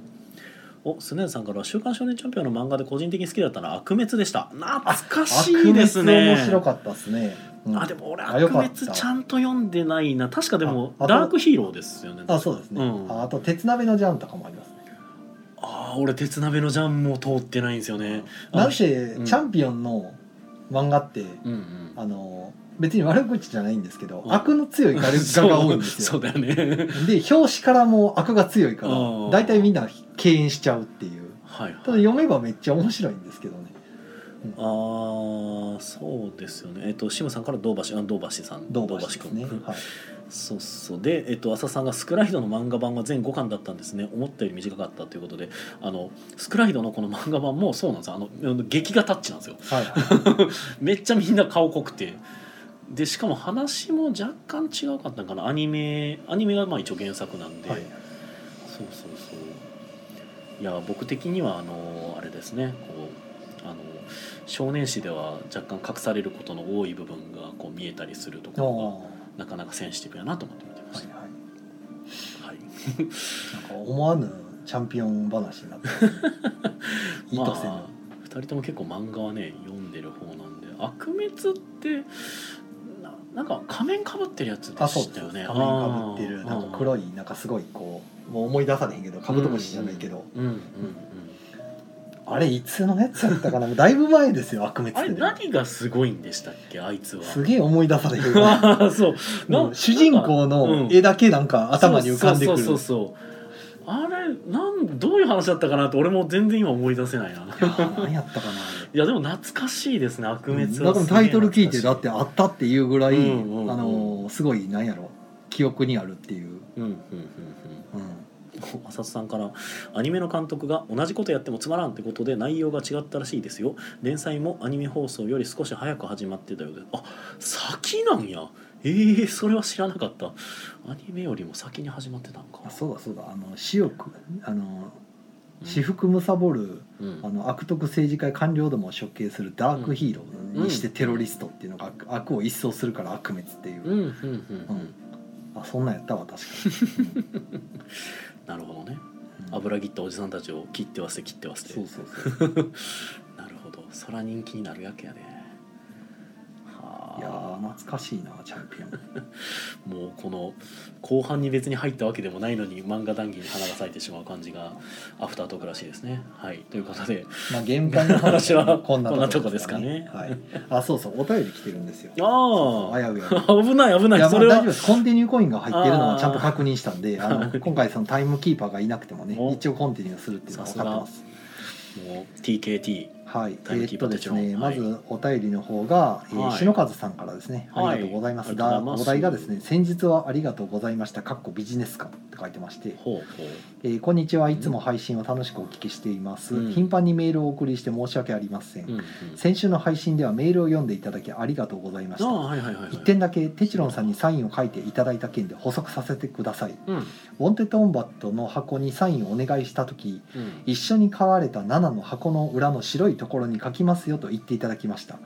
A: おスネンさんからは「週刊少年チャンピオン」の漫画で個人的に好きだったのは悪滅でした懐かしいですね
B: 悪滅面白かったですね、うん
A: あでも俺
B: あよ
A: 悪
B: か
A: 滅
B: った
A: ちゃんと読んでないな確かでも
B: ああと
A: ダークヒーローですよね
B: あそうですね、
A: うん
B: ああと鉄鍋のジャンとかもありますね
A: あー俺鉄鍋のジャンも通ってないんですよねあ
B: なん
A: の
B: せ、
A: うん
B: チャンピオンの漫画って、
A: うんうん
B: あの別に悪口じゃないんですけど、
A: うん
B: 悪の強い画力が多いんです
A: そうそう
B: よ
A: だよね
B: で表紙からも悪が強いから
A: うん
B: 大体みんな敬遠しちゃうっていう
A: はいはい
B: ただ読めばめっちゃ面白いんですけどね
A: ああそうですよねえっとシムさんから堂橋あ堂橋さん
B: どうですね、
A: 君
B: はい、
A: そうそうでえっと浅さんが「スクライド」の漫画版は全5巻だったんですね思ったより短かったということであのスクライドのこの漫画版もそうなんですよあのあの劇画タッチなんですよ
B: はいはい
A: めっちゃみんな顔濃くてでしかも話も若干違うかったのかなアニメアニメがまあ一応原作なんで、 *laughs*
B: はい
A: そうそうそういや僕的にはあのあれですねこうあの少年誌では若干隠されることの多い部分がこう見えたりすると
B: あー
A: こ
B: は
A: ろがなかなかセンシティブやなと思って見てまし
B: いはい
A: た、はい
B: なんか思わぬチャンピオン話に
A: *laughs*
B: なってますね意図せぬ、
A: まあ、2人とも結構漫画はね読んでる方なんで悪滅ってななんか仮面かぶってるやつで
B: あそう
A: した
B: です
A: よ
B: 仮
A: ね
B: 面かぶってるなんか黒
A: い
B: いなんかすごいこうもう思い出されへんけどカブトムシじゃないけど、
A: うんうんうん
B: あれいつのやつやったかなもうだいぶ前ですよ悪滅
A: あれ
B: ってね
A: 何がすごいんでしたっけあいつは
B: すげえ思い出され
A: *laughs*
B: へんわ
A: ああそうな
B: もう主人公
A: な
B: の
A: んか
B: 絵だけなんか頭に浮かんでくる
A: そうそうそうそうあれなんどういう話だったかなって俺も全然今思い出せない
B: *laughs*
A: ない
B: やー何やったかなあ
A: い
B: れ
A: やでも懐かしいですね悪滅はすげえ
B: だからタイトル聞いて
A: 懐
B: だっ
A: かして
B: あったっていうぐらい、
A: うんうんうん
B: あのーすごいなんやろ記憶にあるっていう、
A: うんうんうんうん
B: うん、
A: 浅津さんからアニメの監督が同じことやってもつまらんってことで内容が違ったらしいですよ連載もアニメ放送より少し早く始まってたようであ先なんやえー、それは知らなかったアニメよりも先に始まってたんか
B: あそうだそうだあの私欲あの
A: うん
B: 私服むさぼる
A: うん
B: あの悪徳政治家官僚どもを処刑するダークヒーローにして
A: うん
B: テロリストっていうのが悪悪を一掃するから悪滅っていう、
A: うんうんうんう
B: うんんあそんなんやったわ確か *laughs* に、
A: なるほどね
B: うん
A: 油切ったおじさんたちを切っては捨て切っては捨て
B: そうそうそう
A: なるほどそら人気になるやけやねはい
B: やー懐かしいなチャン *laughs* ピオン
A: もうこの後半に別に入ったわけでもないのに漫画談義に花が咲いてしまう感じがアフタートークらしいですね。はい、ということで
B: まあ限界の話はこんなとこですかね
A: こんな
B: はい、あそうそうお便り来てるんですよ
A: あ
B: あやうや
A: あ危ない危ないい
B: やま
A: そ
B: あ
A: れ
B: 大丈
A: は
B: 夫ですコンティニューコインが入ってるの
A: あ
B: は
A: ー
B: ちゃんと確認したん
A: *laughs*
B: であの今回そのタイムキーパーがいなくてもね
A: お
B: 一応コンティニューするっていうのは分かってます
A: もう TKT
B: はい、え
A: タイムキ
B: ー
A: ーパー
B: っ
A: も
B: とで
A: ち
B: す
A: ろん
B: ね、
A: は
B: ま
A: い
B: ずお便りの方が、えー
A: はい
B: 篠和さんからですね、
A: はい
B: ありがとうございます。
A: ありがと
B: だ
A: うございます
B: お題がですね、先日はありがとうございました。かっこビジネスかって書いてまして、
A: ほうほ
B: えーこんにちは。いつも配信を楽しくお聞きしています。
A: うん
B: 頻繁にメールをお送りして申し訳ありません。
A: う。うんうん、
B: 先週の配信ではメールを読んでいただきありがとうございまし
A: ああ
B: た。
A: はいはいはいはい。
B: 一点だけテチロンさんにサインを書いていただいた件で補足させてください。
A: うんうん
B: ウォンテッドオンバットの箱にサインをお願いした時一緒に買われた7の箱の裏の白いところに書きますよと言っていただきました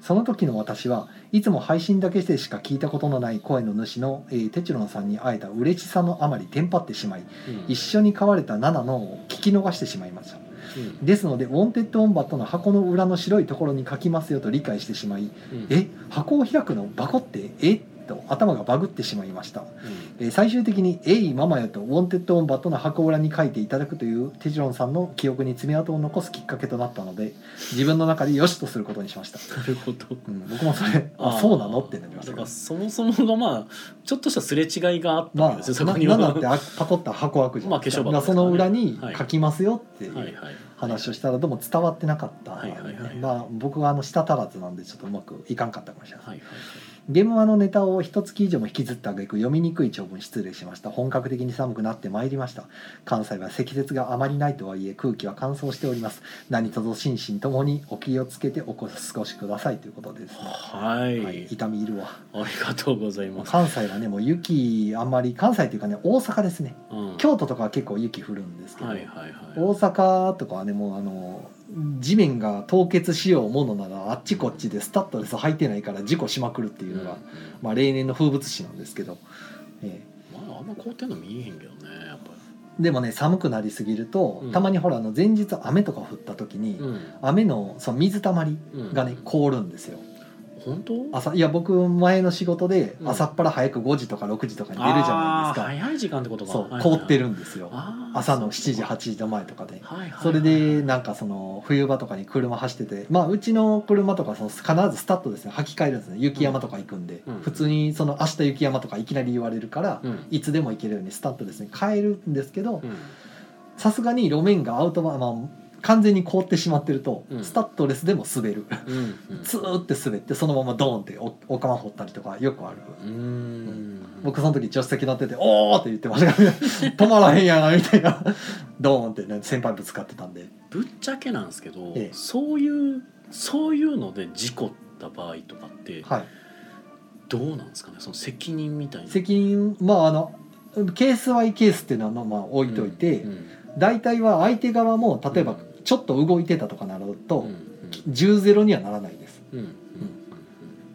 B: その時の私はいつも配信だけでしか聞いたことのない声の主の、えー、テチロンさんに会えた嬉しさのあまりテンパってしまい
A: うんうん
B: 一緒に買われた7のを聞き逃してしまいました
A: うん
B: ですのでウォンテッド・オンバットの箱の裏の白いところに書きますよと理解してしまい
A: うん
B: え箱を開くのバコってえと頭がバグってしまいました *laughs*
A: うん
B: えー最終的に「えいママよ」と「ウォンテッド・オンバット」の箱裏に書いていただくというテジロンさんの記憶に爪痕を残すきっかけとなったので自分の中でよしとすることにしました、
A: なるほど。
B: うん、僕もそれあそうなのってなりまし
A: だか
B: たけ
A: ら
B: ど
A: そもそもがまあちょっとしたすれ違いがあった
B: ま
A: わ
B: あ
A: け
B: な
A: ですよ、そこには。
B: 7ってあパコった箱開くじゃん、
A: まあ化粧箱
B: だからその裏に
A: はい
B: 書きますよってい
A: はいうはい、
B: 話をしたらどうも伝わってなかった、
A: はいはいはい
B: まあ僕があの舌足らずなんでちょっとうまくいかんかったかもしれない、
A: はいはいはい
B: ゲームマのネタを一月以上も引きずった挙句読みにくい長文失礼しました本格的に寒くなってまいりました関西は積雪があまりないとはいえ空気は乾燥しております何卒心身ともにお気をつけてお過ごしくださいということです、
A: はい、
B: はい、痛みいるわ
A: ありがとうございます、
B: 関西はねもう雪あんまり関西というかね大阪ですね
A: うん、
B: 京都とかは結構雪降るんですけど、
A: はいはいは
B: 大阪とかはねもうあの地面が凍結しようものならあっちこっちでスタッドレス履いてないから事故しまくるって
A: い
B: いううんの
A: ま
B: が、
A: あ
B: まあ、例年の風物詩なんですけど、え
A: あんま凍ってんの見えへんけどねやっぱ
B: えでもね寒くなりすぎると、
A: うん
B: たまにほらあの前日雨とか降った時に、
A: り、うん
B: 雨のその水たまり
A: うん、
B: がね凍るんですよ
A: 本当
B: 朝いや僕前の仕事で
A: うん
B: 朝っぱら早く5時とか6時とかに出るじゃ
A: あ
B: ない
A: ー早い時間ってこと
B: です
A: か
B: か、そう凍って
A: る
B: るんですよ朝
A: 朝
B: の7時8時の前とかで
A: はいはいはい
B: それでなんかその冬場とかに車走っててまあうちの車とかその必ずスタッドですね履き替えるんですね雪山とか行くんで、
A: うん
B: 普通にその明日雪山とかいきなり言われるから、
A: うん
B: いつでも行けるようにスタッドですね変えるんですけど
A: うん
B: さすがに路面がアウトバー、まあ、完全に凍ってしまってると、
A: うん
B: スタッドレスでも滑る
A: うんうん
B: ツーって滑ってそのままドーンっておお釜掘ったりとかよくある、
A: うーん
B: 僕その時助手席乗ってて「おー!」って言ってましたから、ね、 *laughs* 止まらへんやなみたいなドーンって、ね、先輩ぶつかってたんで
A: ぶっちゃけなんですけど、
B: ええ
A: そういうそういうので事故った場合とかって
B: はい
A: どうなんですかねその責任みたいな
B: 責任まああのケースバイケースっていうのはまあ置いといて、
A: うんうん
B: 大体は相手側も例えば
A: うん
B: ちょっと動いてたとかなると、
A: うん
B: 10ゼロにはならないです
A: うんうんうん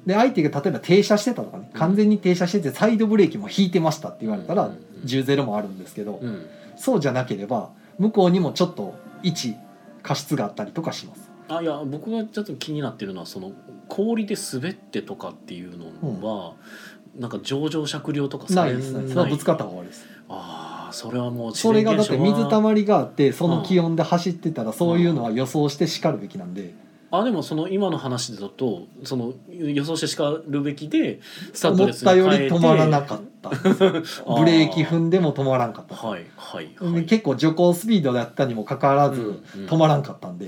B: で相手が例えば停車してたとかね
A: うん
B: 完全に停車しててサイドブレーキも引いてましたって言われた
A: う
B: ら
A: んうん
B: 10ゼロもあるんですけど、
A: うんうん
B: そうじゃなければ向こうにもちょっと位置過失があったりとかします
A: あいや僕がちょっと気になってるのはその氷で滑ってとかっていうのは、なんか上場酌量とかさ
B: ない
A: れ
B: ですねそれはぶつかった方が悪いです
A: ああそれはもう
B: それがだって水た
A: ま
B: まりがあってその気温で走ってたらそういうのは予想してしかるべきなんで、
A: あでもその今の話だとその予想してしかるべきでスタッド
B: 思
A: レ
B: っ
A: スに
B: た
A: 変
B: よ
A: え
B: り
A: て
B: 止まらなかったんです
A: あ
B: よ *laughs* ブレーキ踏んでも止まらんかったです、
A: はいはい
B: で
A: はい
B: 結構徐行スピードだったにもかかわら
A: うん
B: ず
A: うん
B: 止まらんかったんで、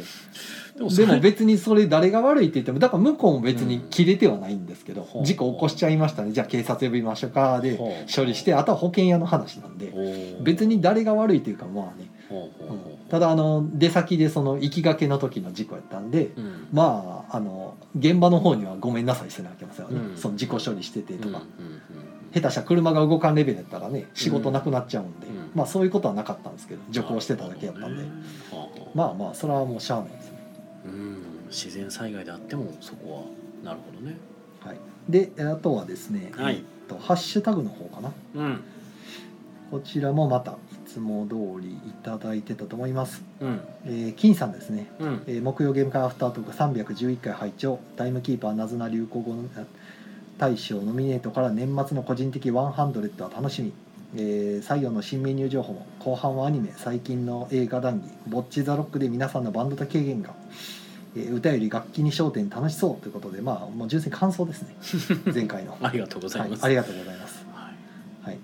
A: でもそ
B: で
A: れ
B: も別にそれ誰が悪いって言ってもだから向こうも別に
A: うん
B: 切れてはないんですけど、
A: ほう
B: 事故起こしちゃいましたねじゃあ警察呼びましょうかで
A: ほう
B: 処理してあとは保険屋の話なんで
A: おー
B: 別に誰が悪いというかまあね、
A: ほうほう
B: う
A: ほうん
B: ただあの出先でその行きがけの時の事故やったんで、
A: うん
B: まああの現場の方にはごめんなさいせなあきゃいけませんよね、
A: うん
B: その事故処理しててとか。
A: うんうん
B: 下手したら車が動かんレベルやったらね仕事なくなっちゃうんで、
A: うん
B: まあそういうことはなかったんですけど
A: うん
B: 徐行してただけやったんで、
A: なるほどねはあはあ
B: まあまあそれはもうしゃあないですね
A: うん自然災害であってもそこはなるほどね
B: はいであとはですね、
A: はい
B: えっとハッシュタグの方かな
A: うん
B: こちらもまたいつも通りいただいてたと思います、
A: うん
B: えー、金さんですね、
A: うん
B: えー木曜ゲーム会アフタートーク311回拝聴タイムキーパーなずな流行語のあ大賞ノミネートから年末の個人的100は楽しみえー、採用の新メニュー情報も後半はアニメ最近の映画談義「ボッチ・ザ・ロック」で皆さんのバンドと経験が、えー歌より楽器に焦点楽しそうということでまあもう純粋に感想です
A: *laughs*
B: ね前回の、は
A: ありがとうござい
B: い
A: ます、
B: ありがとうございます、
A: はい
B: はい、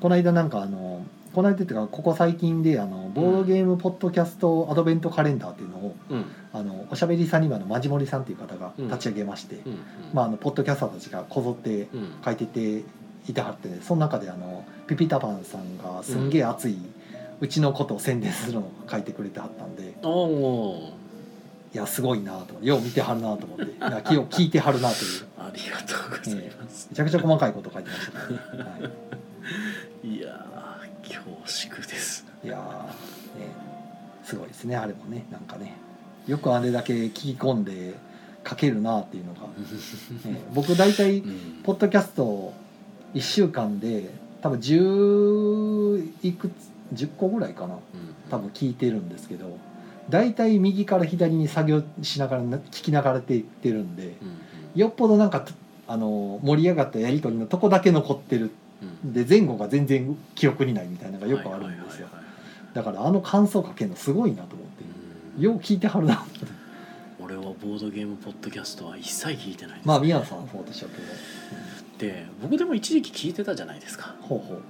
B: この間なんかあのこの間っていうかここ最近であのボードゲームポッドキャストアドベントカレンダーっていうのを、
A: うん
B: あのおしゃべりサニバのまじもりさんという方が
A: うん
B: 立ち上げまして、
A: うんうん
B: まあ、あのポッドキャスターたちがこぞって
A: うん
B: 書いてていてはってその中であのピピタパンさんがすんげえ熱い、うちのことを宣伝するのを書いてくれてはったんで
A: おお
B: いやすごいなと思ってよう見てはるなと思っていや気を聞いてはるなという
A: ありがとうございます
B: め、ちゃくちゃ細かいこと書いてましたからね、はい
A: やー恐縮です
B: い、いやー、ね、すごいですねあれもねなんかねよくあれだけ聞き込んで書けるなっていうのが、ね僕大体
A: うん
B: ポッドキャスト1週間で多分10いくつ10個ぐらいかな
A: うん
B: 多分聞いてるんですけど大体右から左に作業しながらな聞きながらっていってるんで
A: うん
B: よっぽどなんかあの盛り上がったやり取りのとこだけ残ってる
A: うん
B: で前後が全然記憶にないみたいなの
A: う
B: が
A: ん
B: よくあるんですよ
A: はいはいはいはい
B: だからあの感想書けるのすごいなと思って
A: うん
B: よう聞いてはるな
A: 俺はボードゲームポッドキャストは一切聞いてないです
B: まあ宮野さんはそうでしょうけど
A: で僕でも一時期聞いてたじゃないですか
B: ほうほう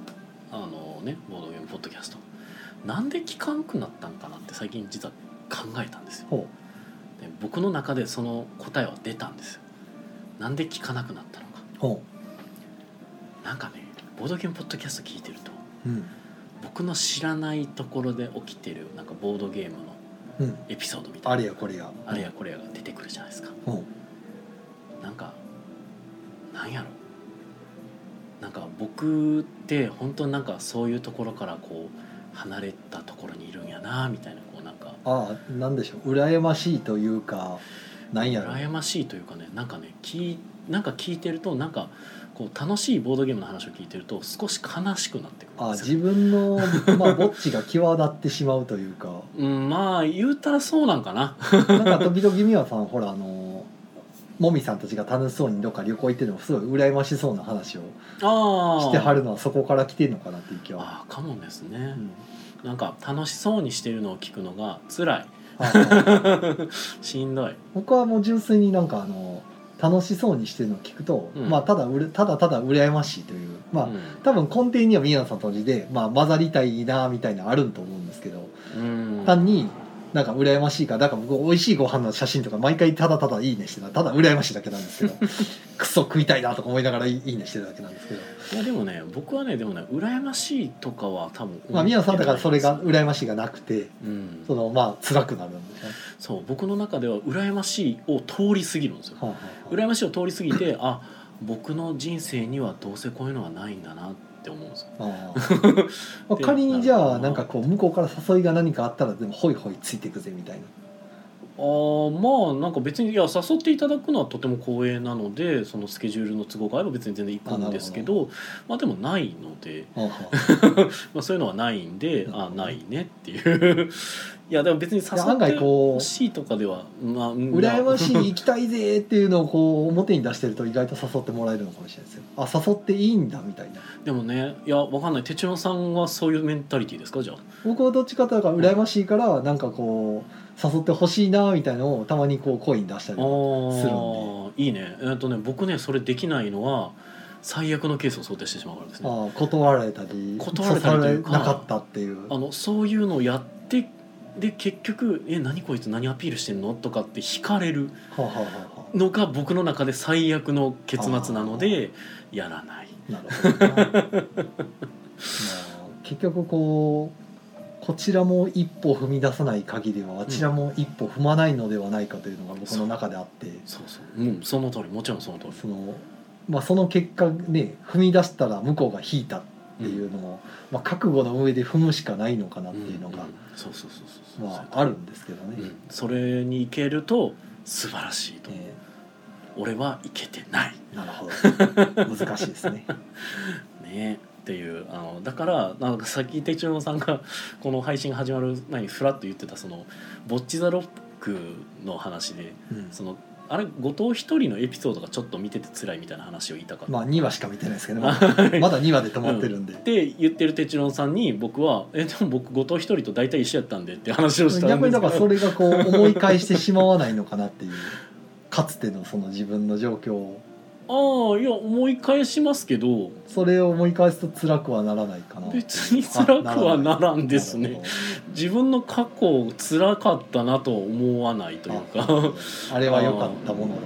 A: あのねボードゲームポッドキャストなんで聞かんくなったんかなって最近実は考えたんですよ
B: ほ
A: で僕の中でその答えは出たんですよなんで聞かなくなったのか
B: うほ
A: なんかねボードゲームポッドキャスト聞いてると
B: ううん
A: 僕の知らないところで起きてるなんかボードゲームの
B: うん
A: エピソードみたいな
B: あれやこれや
A: あれやこれやが出てくるじゃないですか
B: ほ
A: なんかなんやろなんか僕って本当になんかそういうところからこう離れたところにいるんやなみたいなこうなんか
B: うああなんでしょう羨ましいというかなんやろ
A: 羨ましいというかねなんかね聞いなんか聞いてるとなんかこう楽しいボードゲームの話を聞いてると少し悲しくなってくるん
B: あ
A: です
B: 自
A: よ。
B: 分の、 *laughs* まあ、ぼっちが際立ってしまうというか
A: うん、まあ言うたらそうなんかな
B: なんか時々美和さんほらあのもみさんたちが楽しそうにどっか旅行行ってるのすごい羨ま *laughs* しそうな話を
A: ああ
B: してはるのはそこから来てるのかなっていう気は、
A: ああかもですね、
B: うん、
A: なんか楽しそうにしてるのを聞くのが辛い
B: あ *laughs*
A: しんどい
B: 僕はもう純粋になんかあの楽しそうにしてるのを聞くと、
A: うん
B: まあただうれただただ羨ましいというまあ、
A: うん
B: 多分根底には宮野さんと同じで、まあ、混ざりたいなみたいなのあるんと思うんですけど
A: うん
B: 単になんか羨ましいからだから僕美味しいご飯の写真とか毎回ただただいいねしてたただ羨ましいだけなんで
A: *laughs*
B: すけどクソ食いたいなとか思いながらいいいいねしてるだけなんですけど、
A: いやでもね僕はねでもね羨ましいとかは多分
B: まあ、宮野さんだからそれが羨ましいがなくて
A: うん
B: そのまあ辛くなるんですね。
A: そう僕の中では羨ましいを通り過ぎるんですよ
B: はあはあは
A: 羨ましいを通り過ぎ
B: *laughs*
A: てあ僕の人生にはどうせこういうのはないんだなって思うんですよ
B: あ
A: *laughs*
B: あまあ仮にじゃあなんかこう向こうから誘いが何かあったらでもホイホイついていくぜみたいな
A: あーまあなんか別にいや誘っていただくのはとても光栄なのでそのスケジュールの都合があれば別に全然行くんですけどまあでもないので、
B: はあはあ
A: まあ、そういうのはないんで
B: なる
A: あ
B: ほど
A: ないねっていう *laughs* いやでも別に誘
B: いや案外
A: って
B: こ
A: ほ
B: う
A: しいとかではまあうん
B: *laughs* 羨ましい行きたいぜっていうのをこう表に出してると意外と誘ってもらえるのかもしれないですよあ誘っていいんだみたいな
A: でもねいやわかんない哲郎さんはそういうメンタリティーですかじゃあ
B: 僕はどっちかというと羨ましいからなんかこう誘ってほしいなみたいなのをたまにこう声に出したり
A: あーいいねえっとね僕ねそれできないのは最悪のケースを想定してしまうからですね
B: ああ断られたり
A: 断られたりというか
B: 誘われなかったっていう
A: あのそういうのをやってで結局「え何こいつ何アピールしてんの?」とかって惹かれる
B: はあはあはあは
A: のが僕の中で最悪の結末なのでやらない
B: あなるほどな *laughs* まあ結局こうこちらも一歩踏み出さない限りはあちらも一歩踏まないのではないかというのが僕の中であって。
A: そうそううんその通りもちろんその通り
B: そのまあ、その結果ね踏み出したら向こうが引いたっていうのも、まあ、覚悟の上で踏むしかないのかなっていうのが、
A: んんそうそうそうそうそう
B: まあ、あるんですけどね、
A: うんそれに行けると素晴らしいと思う、
B: え
A: 俺は行けてない
B: ーなる
A: *laughs*
B: ほど難しいですね
A: ねっていうあのだからなんかさっき手帳さんが *laughs* この配信が始まる前にフラッと言ってたその「ボッチ・ザ・ロック」の話で
B: うん
A: そのあれ後藤一人のエピソードがちょっと見てて辛いみたいな話を言いたかった。
B: まあ2話しか見てないですけど、ま
A: *laughs*
B: だ
A: はい
B: まだ2話で止まってるんで、
A: って言ってる哲郎さんに僕は「えでも僕後藤一人と大体一緒やったんで」って話をしたんですけど
B: 逆にだからそれがこう思い返してしまわないのかなっていうかつてのその自分の状況を
A: ああいや思い返しますけど
B: それを思い返すと辛くはならないかな
A: 別に辛くはならんです
B: なる
A: ね
B: ほ
A: 自分の過去辛かったなとは思わないというか
B: どあれは良かったものだ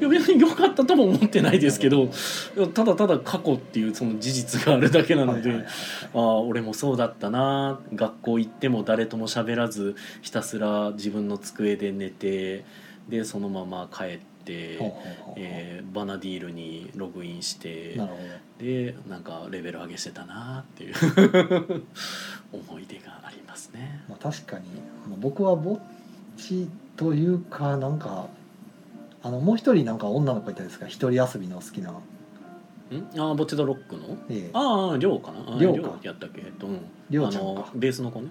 B: と
A: いや別に良かったとも思ってないですけどただただ過去っていうその事実があるだけなので、
B: はいはいはい
A: ああ俺もそうだったな学校行っても誰とも喋らずひたすら自分の机で寝てでそのまま帰って、
B: ほうほうほうほう
A: えーバナディールにログインして
B: なるほど
A: でなんかレベル上げしてたなっていう *laughs* 思い出がありますね。
B: まあ、確かにまあ僕はぼっちというかなんかあのもう一人なんか女の子いたんですが一人遊びの好きな、
A: んああボッチドロックの
B: ええ
A: あありょうかなあ
B: りょう
A: り
B: か
A: ょうやったっけえっとうん
B: りょう
A: あ
B: ちゃん
A: の
B: か
A: ベースの子ね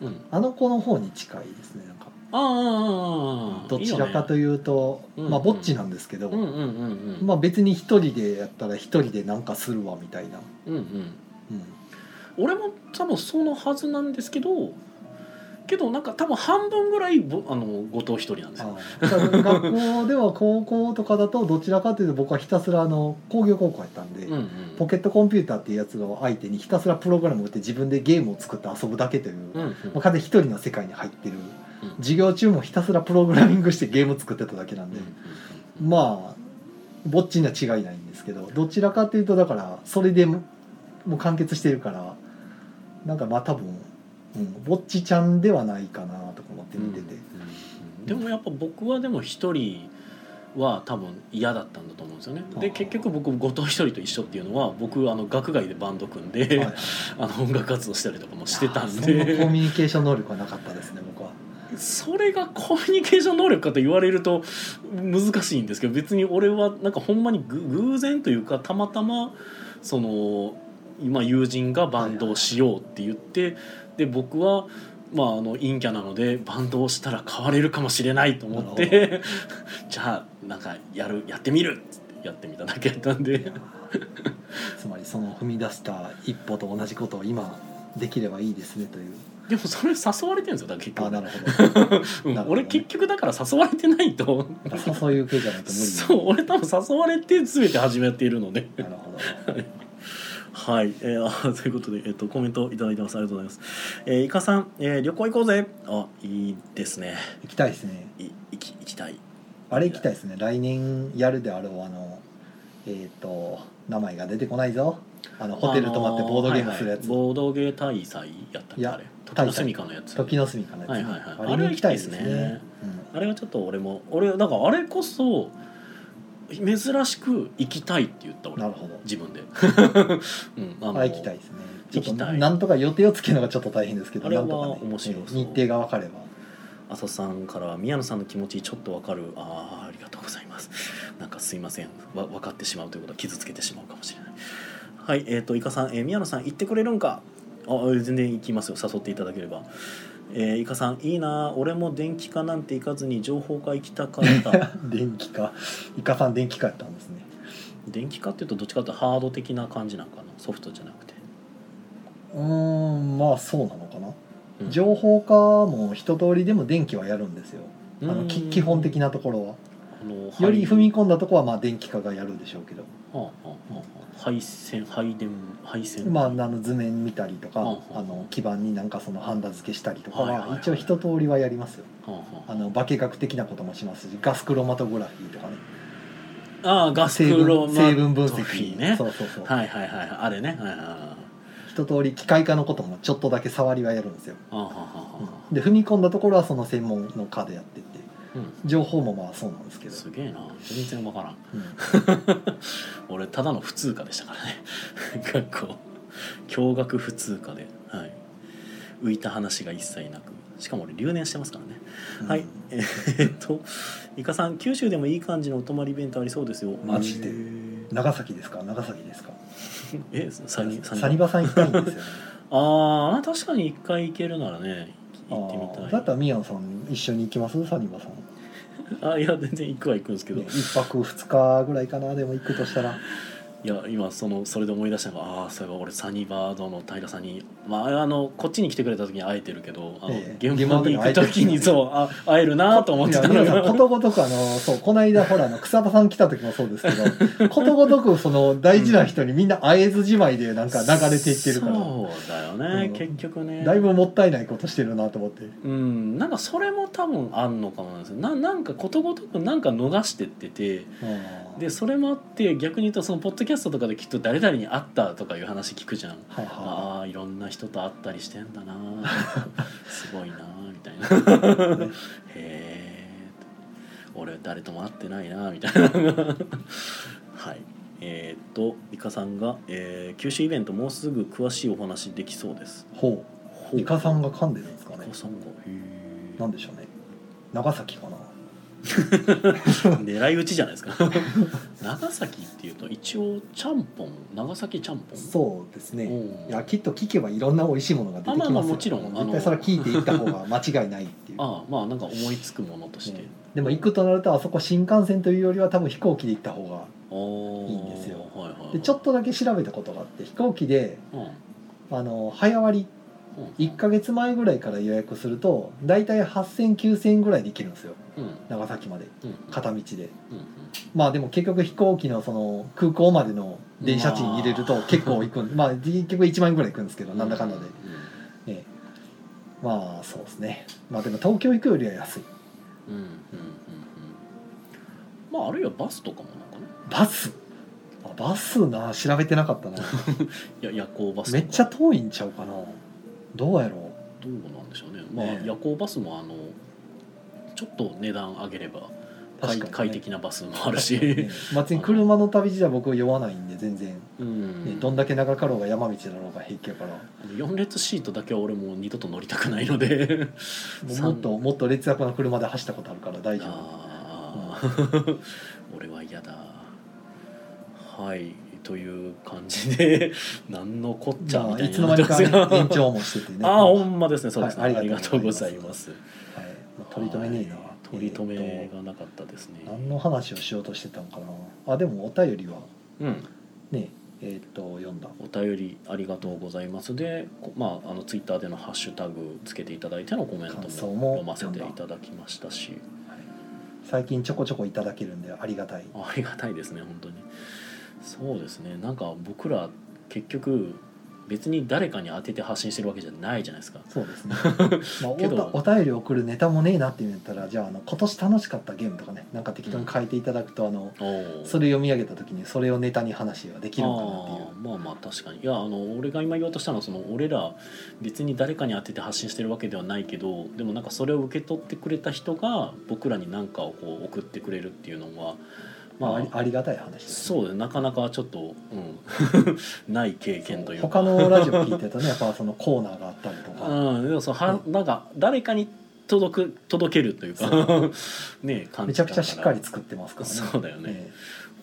B: うん、
A: うん
B: あの子の方に近いですねなんか
A: ああああああ
B: どちらかと
A: い
B: いうと
A: いいよね
B: まあ、
A: うん
B: ぼっちなんですけど、
A: うねうんうんうんうん
B: まあ、別に一人でやったら一人でなんかするわみたいな、
A: うんうん
B: うん、
A: 俺も多分そのはずなんですけどけどなんか多分半分ぐらいぼあの後藤一人なんですよ
B: ああだから学校では高校とかだとどちらかというと僕はひたすらあの工業高校やったんで、
A: うんうん
B: ポケットコンピューターっていうやつを相手にひたすらプログラムを打って自分でゲームを作って遊ぶだけという、
A: うんうん
B: もう完全に一人の世界に入ってる
A: うん
B: 授業中もひたすらプログラミングしてゲーム作ってただけなん
A: うんう
B: で、
A: んうん
B: まあぼっちには違いないんですけどどちらかというとだからそれでももう完結してるからなんかまあ多分、うん、ぼっちちゃんではないかなとか思って見てて、
A: うんでもやっぱ僕はでも一人は多分嫌だったんだと思うんですよね
B: あ
A: で
B: ー
A: 結局僕後藤一人と一緒っていうのは僕あの学外でバンド組んで、
B: はい
A: *laughs* あの音楽活動したりとかもしてたん
B: いやーそんなコ
A: で
B: ミュニケーション能力はなかったですね僕は
A: それがコミュニケーション能力かと言われると難しいんですけど別に俺はなんかほんまにぐ偶然というかたまたまその今友人がバンドをしようって言ってで僕は。まあ、あの陰キャなのでバンドをしたら変われるかもしれないと思っ
B: な
A: て *laughs* じゃあなんかやるやってみるっつってやってみただけやったんで
B: つまりその踏み出した一歩と同じことを今できればいいですねという
A: でもそれ誘われてるんですよだから結
B: あー
A: 局
B: なるほど
A: *laughs* うん
B: なるほどね
A: 俺結局だから誘われてないと
B: やっぱそういう系じゃないと無理
A: そう俺多分誘われて全て始めているので
B: なるほど
A: はい、えーあ *laughs* ということで、えっとコメントいただいてますありがとうございます、えー、イカさん、えー旅行行こうぜあいいですね
B: 行きたいですね
A: い行き行きたい
B: あれ行きたいですね来年やるであろうあのえっ、と名前が出てこないぞあのホテル泊まってボードゲームするやつ、
A: あのーはいはいボードゲー大祭やったっ
B: い
A: け
B: や
A: あれ時の住処のやつ
B: 時の隅かのやつ、
A: はいはいはい
B: あれに行きたいですね
A: あれは行きあれはちょっと俺も俺だからあれこそ珍しく行きたいって言った
B: う
A: 俺
B: ん、なるほど
A: 自分
B: *laughs*
A: で、うん、あ
B: あれ行きたいですねちょっと
A: 行きたい
B: なんとか予定をつけるのがちょっと大変ですけど
A: あれは
B: なんとかね
A: 面白そう
B: 日程が分かれば
A: 浅さんからは宮野さんの気持ちちょっとわかるあーありがとうございますなんかすいませんわ分かってしまうということは傷つけてしまうかもしれないはいえっ、といかさん、えー宮野さん行ってくれるんかあ全然行きますよ誘っていただければえー、イカさんいいな俺も電気化なんて行かずに情報化行きたかった
B: *laughs* 電気かイカさん電気化やったんですね
A: 電気化っていうとどっちかというとハード的な感じなんかなソフトじゃなくて、
B: うーんまあそうなのかな、
A: うん
B: 情報化も一通りでも電気はやるんですよあ
A: う
B: の
A: ん
B: き基本的なところは
A: あの
B: より
A: 配
B: 踏み込んだところはまあ電気化がやるでしょうけど、
A: はあはあはあ配線配電配線
B: まあ、あの図面見たりとか、
A: うん
B: あの基板になんかそのハンダ付けしたりとか
A: はいはいは
B: はい一応一通りはやりますよ、
A: はあはあ
B: あの化学的なこともしますしガスクロマトグラフィーとかね
A: ああガス
B: 成
A: クロ
B: 分
A: マ
B: 成分分
A: トフィ
B: 析
A: ーね
B: そうそうそう、
A: はいはいはいあれねはいはいはいは
B: 一通り機械化のこともちょっとだけ触りはやるんですよ、
A: あはあは
B: うん
A: あはあ
B: で踏み込んだところはその専門の科でやってって
A: うん
B: 情報もまあそうなんですけど、
A: すげえな全然わからん
B: うん
A: 俺ただの普通科でしたからね *laughs* 学校驚愕普通科ではい浮いた話が一切なくしかも俺留年してますからねはい、えーっとイカさん九州でもいい感じのお泊まりイベントありそうですよ
B: マジで
A: へー
B: 長崎ですか長崎ですか
A: えサニ
B: サニバさん行きたいんですよね
A: ああ確かに一回行けるならね行ってみ
B: あ
A: た
B: ー
A: い
B: だったら宮野さん一緒に行きますサニバさん
A: あいや全然行くは行くんですけど、
B: ね一泊二日ぐらいかなでも行くとしたら
A: いや今そのそれで思い出したのがああーそういえば俺サニーバードの平さんに、まあ、あのこっちに来てくれた時に会えてるけどあの、
B: ええ
A: 現場に行く時に
B: 現場
A: そうあ会えるなと思ってた
B: いや
A: の
B: 皆さんこ
A: が
B: とごとくあのそうこの間ほらあの草田さん来た時もそうですけど
A: *laughs*
B: ことごとくその大事な人にみんな会えずじまいでなんか流れていってるから、
A: そうだよね、
B: うん
A: 結局ね
B: だいぶもったいないことしてるなと思って
A: うんなんかそれも多分あんのかもなんですよななんかことごとくなんか逃してってて
B: うん
A: でそれもあって逆に言うとそのポッドキャストとかできっと誰々に会ったとかいう話聞くじゃん
B: はいは
A: ああいろんな人と会ったりしてん
B: *laughs*
A: だなすごいなみたいな
B: *laughs*
A: へえ俺誰とも会ってないなみたいなはいえーっとイカさんが、えー九州イベントもうすぐ詳しいお話できそうです
B: いほうイカさんが噛んでるんですかね
A: イカさんがへ
B: なんでしょうね長崎かな
A: え狙い撃ちじゃないですか *laughs* 長崎っていうと一応ちゃんぽん長崎ちゃんぽん
B: そうです
A: う
B: ね
A: ん
B: いやきっと聞けばいろんな美味しいものが出てきますよ
A: あまあまあもちろんあの
B: 絶対それは聞いていった方が間違いないっていう
A: *laughs* ああまあなんか思いつくものとして、
B: でも行くとなるとあそこ新幹線というよりは多分飛行機で行った方が
A: おー
B: いいんですよ
A: はいはいはい、
B: でちょっとだけ調べたことがあって飛行機で
A: うん、
B: あの早割り1
A: 回、
B: ヶ月前ぐらいから予約すると大体80009000円ぐらいで行けるんですよ
A: うん
B: 長崎まで
A: うん
B: 片道で
A: うんうん、
B: まあでも結局飛行機のその空港までの電車賃入れると結構行くんまあ結局1万円ぐらい行くんですけどなんだかんだで、ねまあそうですねまあでも東京行くよりは安い
A: うんうんうんうんうんまああるいはバスとかもなんかね
B: バスあバスな調べてな
A: *laughs*
B: かったな
A: や夜行バスとか
B: めっちゃ遠いんちゃうかなどうやろ
A: どうなんでしょうねまあ
B: ねえ
A: 夜行バスもあのちょっと値段上げれば
B: う
A: 快,、
B: 確かにね、
A: 快適なバスもある
B: 確かに
A: し、
B: ね別に車の旅自体は僕は酔わないんで全然、ね
A: うん
B: どんだけ長かろうが山道だろうが平気やから
A: 4列シートだけは俺もう二度と乗りたくないので
B: もう
A: 三
B: もっともっと劣悪な車で走ったことあるから大丈夫
A: あー俺は嫌だはいという感じで *laughs* 何のこっちゃみ
B: まあ
A: たい
B: い
A: に
B: つの
A: なっ
B: 間
A: てま *laughs*
B: にか
A: すが
B: 延長もしててね
A: *laughs* ああほ
B: はい
A: んまですねそうですね、
B: はい
A: あ
B: あ
A: り
B: り
A: が
B: が
A: と
B: と
A: う
B: う
A: ご
B: ご
A: ざ
B: ざ
A: い
B: い
A: ま
B: ますまあ取り留めねえな
A: はい取り留
B: え
A: め
B: ーっ
A: がなかったですね
B: と、何の話をしようとしてたんかなあでもお便りは
A: うん
B: ねえーっと読んだ
A: お便りありがとうございますで、こまあ、あのツイッターでのハッシュタグつけていただいてのコメントも
B: 感想も
A: 読ませていただきましたし
B: 最近ちょこちょこいただけるんでありがたい
A: ありがたいですね本当にそうですねなんか僕ら結局別に誰かに当てて発信してるわけじゃないじゃないですか
B: そうです
A: *laughs*
B: ね、まあ、お
A: けど
B: たお便り送るネタもねえなって言うんやったらじゃああの今年楽しかったゲームとかねなんか適当に変えていただくと、あの
A: おー
B: それ読み上げた時にそれをネタに話ができるかなってい
A: あーまあまあ確かにいやあの俺が今言おうとしたのはその俺ら別に誰かに当てて発信してるわけではないけどでもなんかそれを受け取ってくれた人が僕らに何かをこう送ってくれるっていうのは
B: う、まあ、あり
A: まあ
B: ありがたい話ですね、
A: そうだねなかなかちょっと、うん、 *laughs* ない経験というか
B: 他のラジオ聞いてるとねやっぱそのコーナーがあったりとか
A: うん、でもそうはなんか誰かに届く届けるというか *laughs* ね感
B: め
A: じ
B: ちゃくちゃしっかり
A: だ
B: 作ってます
A: か
B: かららね
A: そうだよね、
B: え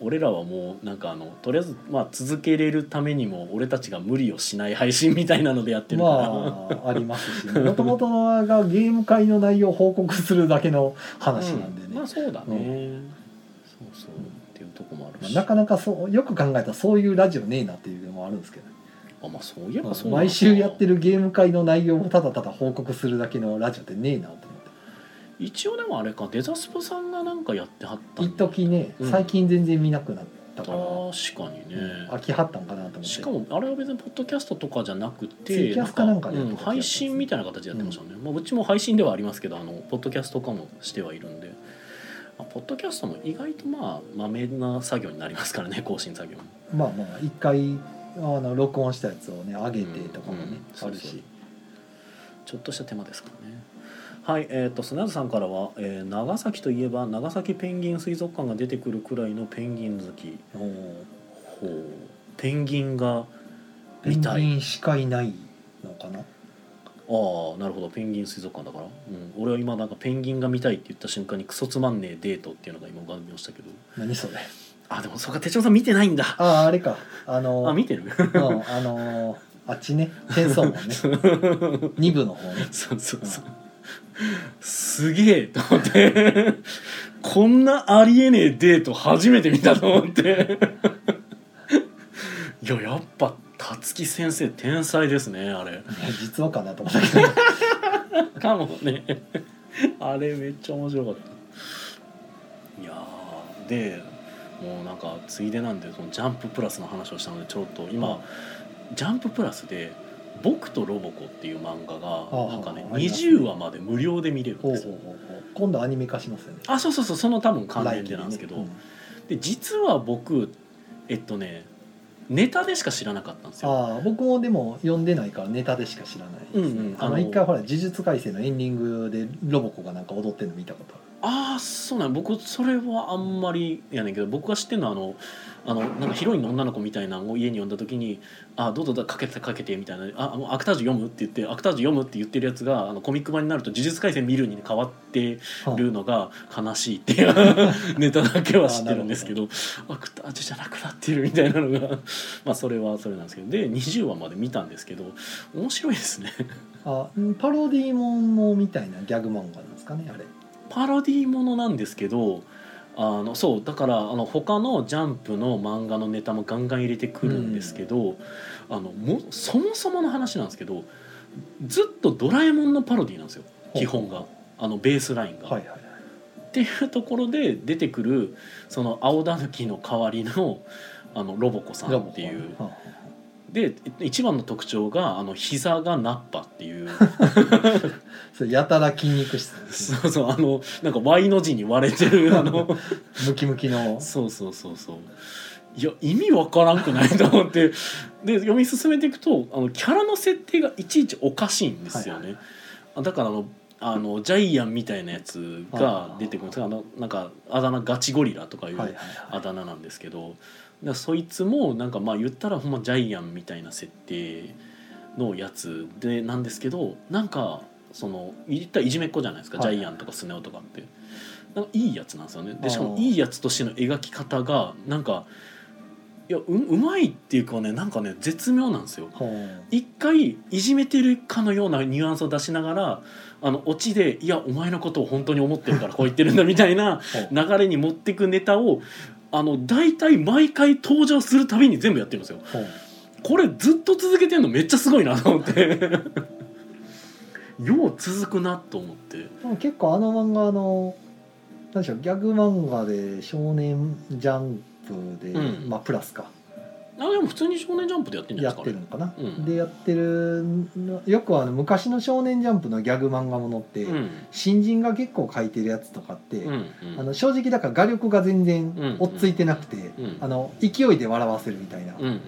A: 俺らはもうなんかあのとりあえずまあ続けれるためにも俺たちが無理をしない配信みたいなのでやって
B: え
A: るから、 *laughs*
B: まあありますしもともとがゲーム会の内容を報告するだけの話なんでね、
A: うんまあそうだね、
B: う
A: そうそうっていうとこもある
B: まあ
A: し、
B: なかなかそうよく考えたらそういうラジオねえなっていうのもあるんですけど
A: あまあそういえばそう
B: 毎週やって
A: る
B: るゲーム会の内容をただただ報告するだけのラジオってねえなと思って
A: 一応でもあれかデザスポさんがなんかやってはった
B: 一時ね、
A: うん
B: 最近全然見なくなったから、
A: 確かにね、
B: 飽きはったんかなと思って
A: しかもあれは別にポッドキャストとかじゃなくて
B: ツイキャスかなんかで
A: うん、配信みたいな形でやってましたよね、うまあ、うちも配信ではありますけどあのポッドキャスト化もしてはいるんで、まあ、ポッドキャストも意外とまあまめな作業になりますからね *laughs* 更新作業も
B: まあまあ一回あの録音したやつをね上げてとかも
A: うんうん
B: ね、
A: そう
B: ある
A: そう
B: し
A: ちょっとした手間ですからねはいえー、と砂田さんからは、えー長崎といえば長崎ペンギン水族館が出てくるくらいのペンギン好き
B: おー
A: ほうペンギンが
B: ペ
A: 見たい
B: ンギンしかいないのかな
A: ああなるほどペンギン水族館だから、うん、俺は今なんかペンギンが見たいって言った瞬間にクソつまんねえデートっていうのが今浮かびましたけど *laughs*
B: 何それ
A: あでもそうか手帳さん見てないんだ
B: あああれか
A: *laughs*
B: あ
A: あ
B: の
A: 見てる
B: うんあのーあっちねチェーンソーマンね
A: *laughs*
B: 2部の方ね
A: *laughs* そうそうそう、すげえと思ってこんなありえねえデート初めて見たと思っていややっぱ辰木先生天才ですねあれ
B: 実話かなと思ったけど
A: かもねあれめっちゃ面白かったいやーでもうなんかついでなんでそのジャンププラスの話をしたのでちょっと今、ジャンププラスで「僕とロボコ」っていう漫画
B: あ
A: が
B: あ
A: なんかね
B: あります
A: 20話まで無料で見れるん
B: ほう
A: で
B: ほう
A: すよ
B: ほうほう今度アニメ化しますよね
A: あそうそうそうその多分関連でなんですけど、
B: 来期ね
A: で実は僕えっとねネタでしか知らなかったんです
B: うん
A: よ
B: ああ僕もでも読んでないからネタでしか知らないですね、
A: うんうん
B: あ
A: あの
B: の一回ほら「呪術廻戦」のエンディングでロボコがなんか踊ってるの見たことある
A: ああそうなん僕それはあんまりやねんけど僕が知ってるのはあのあのなんかヒロインの女の子みたいなのを家に呼んだ時に「あどうぞだかけてかけて」みたいな「あもうアクタージュ読む?」って言って「アクタージュ読む?」って言ってるやつがあのコミック版になると「呪術廻戦見る」に変わってるのが悲しいっていう *laughs* ネタだけは知ってるんですけどアクタージュじゃなくなってるみたいなのがまあそれはそれなんですけどで20話まで見たんですけど面白いですね。
B: あうんパロディーモンのみたいなギャグ漫画なんですかねあれ
A: パロディーものなんですけどあのそうだからあの他のジャンプの漫画のネタもガンガン入れてくるんですけど、あのもそもそもの話なんですけどずっと「ドラえもん」のパロディーなんですよ基本があのベースラインが。
B: はいはいはい
A: っていうところで出てくるその青狸の代わりのあのロボコさんっていう
B: はあは
A: で一番の特徴があの膝がナッパっていう *laughs*
B: それやたら筋肉質 *laughs*
A: そうそうあのなんか Y の字に割れてるあの
B: ムキムキの
A: そうそうそうそういや意味わからんくないと思って *laughs* で読み進めていくとあのキャラの設定がいちいちおかしいんですよね、あだからあのあのジャイアンみたいなやつが出てくるんですあのなんかあだ名ガチゴリラとかいう
B: はいはい
A: あだ名なんですけどでそいつもなんかまあ言ったらほんまジャイアンみたいな設定のやつでなんですけどなんかその言ったらいじめっ子じゃないですか、
B: はい
A: ジャイアンとかスネ夫とかってなんかいいやつなんですよねでしか
B: あ
A: も
B: ー
A: いいやつとしての描き方がなんかいやううまいっていうかねなんかね絶妙なんですよ
B: ほう
A: 一回いじめてるかのようなニュアンスを出しながらあのオチで「いやお前のことを本当に思ってるからこう言ってるんだ」みたいな
B: ほう
A: 流れに持ってくネタをあの大体毎回登場するたびに全部やってるんですよ。
B: *laughs* ほう
A: これずっと続けてんのめっちゃすごいなと思って *laughs* よう続くなと思って
B: でも結構あの漫画あの何でしょうギャグ漫画で「少年ジャンプで」
A: うん
B: まあプラスか
A: あでも普通に「少年ジャンプ」でやってんじゃ
B: や
A: ない
B: っ
A: で
B: て
A: す
B: る
A: か
B: のかな、
A: うん
B: でやってるのよくあの昔の「少年ジャンプ」のギャグ漫画ものって、
A: あれ
B: 新人が結構書いてるやつとかって、
A: うんうん
B: あの正直だから画力が全
A: うん
B: 然追っついてなくて、
A: うん
B: あの勢いで笑わせるみたいな、
A: うんうんうん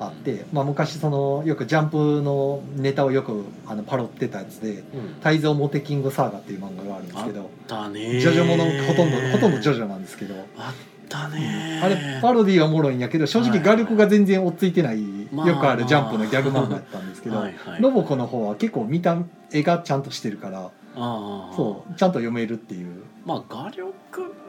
B: あって、まあ、昔そのよくジャンプのネタをよくあのパロってたやつで
A: うん
B: 「泰造モテキングサーガ」っていう漫画があるんですけど、
A: だね
B: ジョジョものほとんどほとんどジョジョなんですけど、
A: あったね
B: あれパロディはおもろいんやけど正直画力が全然追っついてない、
A: まあ
B: よくあるジャンプのギャグ漫画やったんですけど、
A: はいはい
B: ロボコの方は結構見た絵がちゃんとしてるから
A: ああ
B: そうちゃんと読めるっていう
A: まあ画力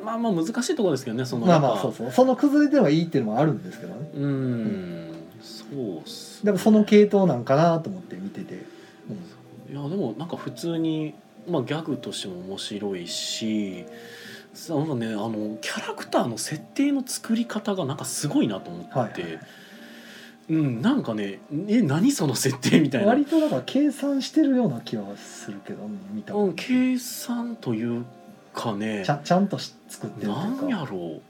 A: まあまあ難しいところですけどねその
B: まあ
A: やっ
B: まあ
A: ぱ
B: そうそうその崩れてはいいっていうのもあるんですけどね
A: ううんそうっす
B: だからその系統なんかなと思って見てて、
A: いやでもなんか普通に、まあ、ギャグとしても面白いしそのねあのキャラクターの設定の作り方がなんかすごいなと思って、
B: はいはい
A: うん、なんかねえ何その設定みた
B: うん、
A: いな
B: 割、とだから計算してるような気はするけどね見た
A: う
B: 感
A: ん、
B: じ
A: 計算というかね
B: ちゃちゃんとし作ってると
A: なん
B: いうか
A: やろう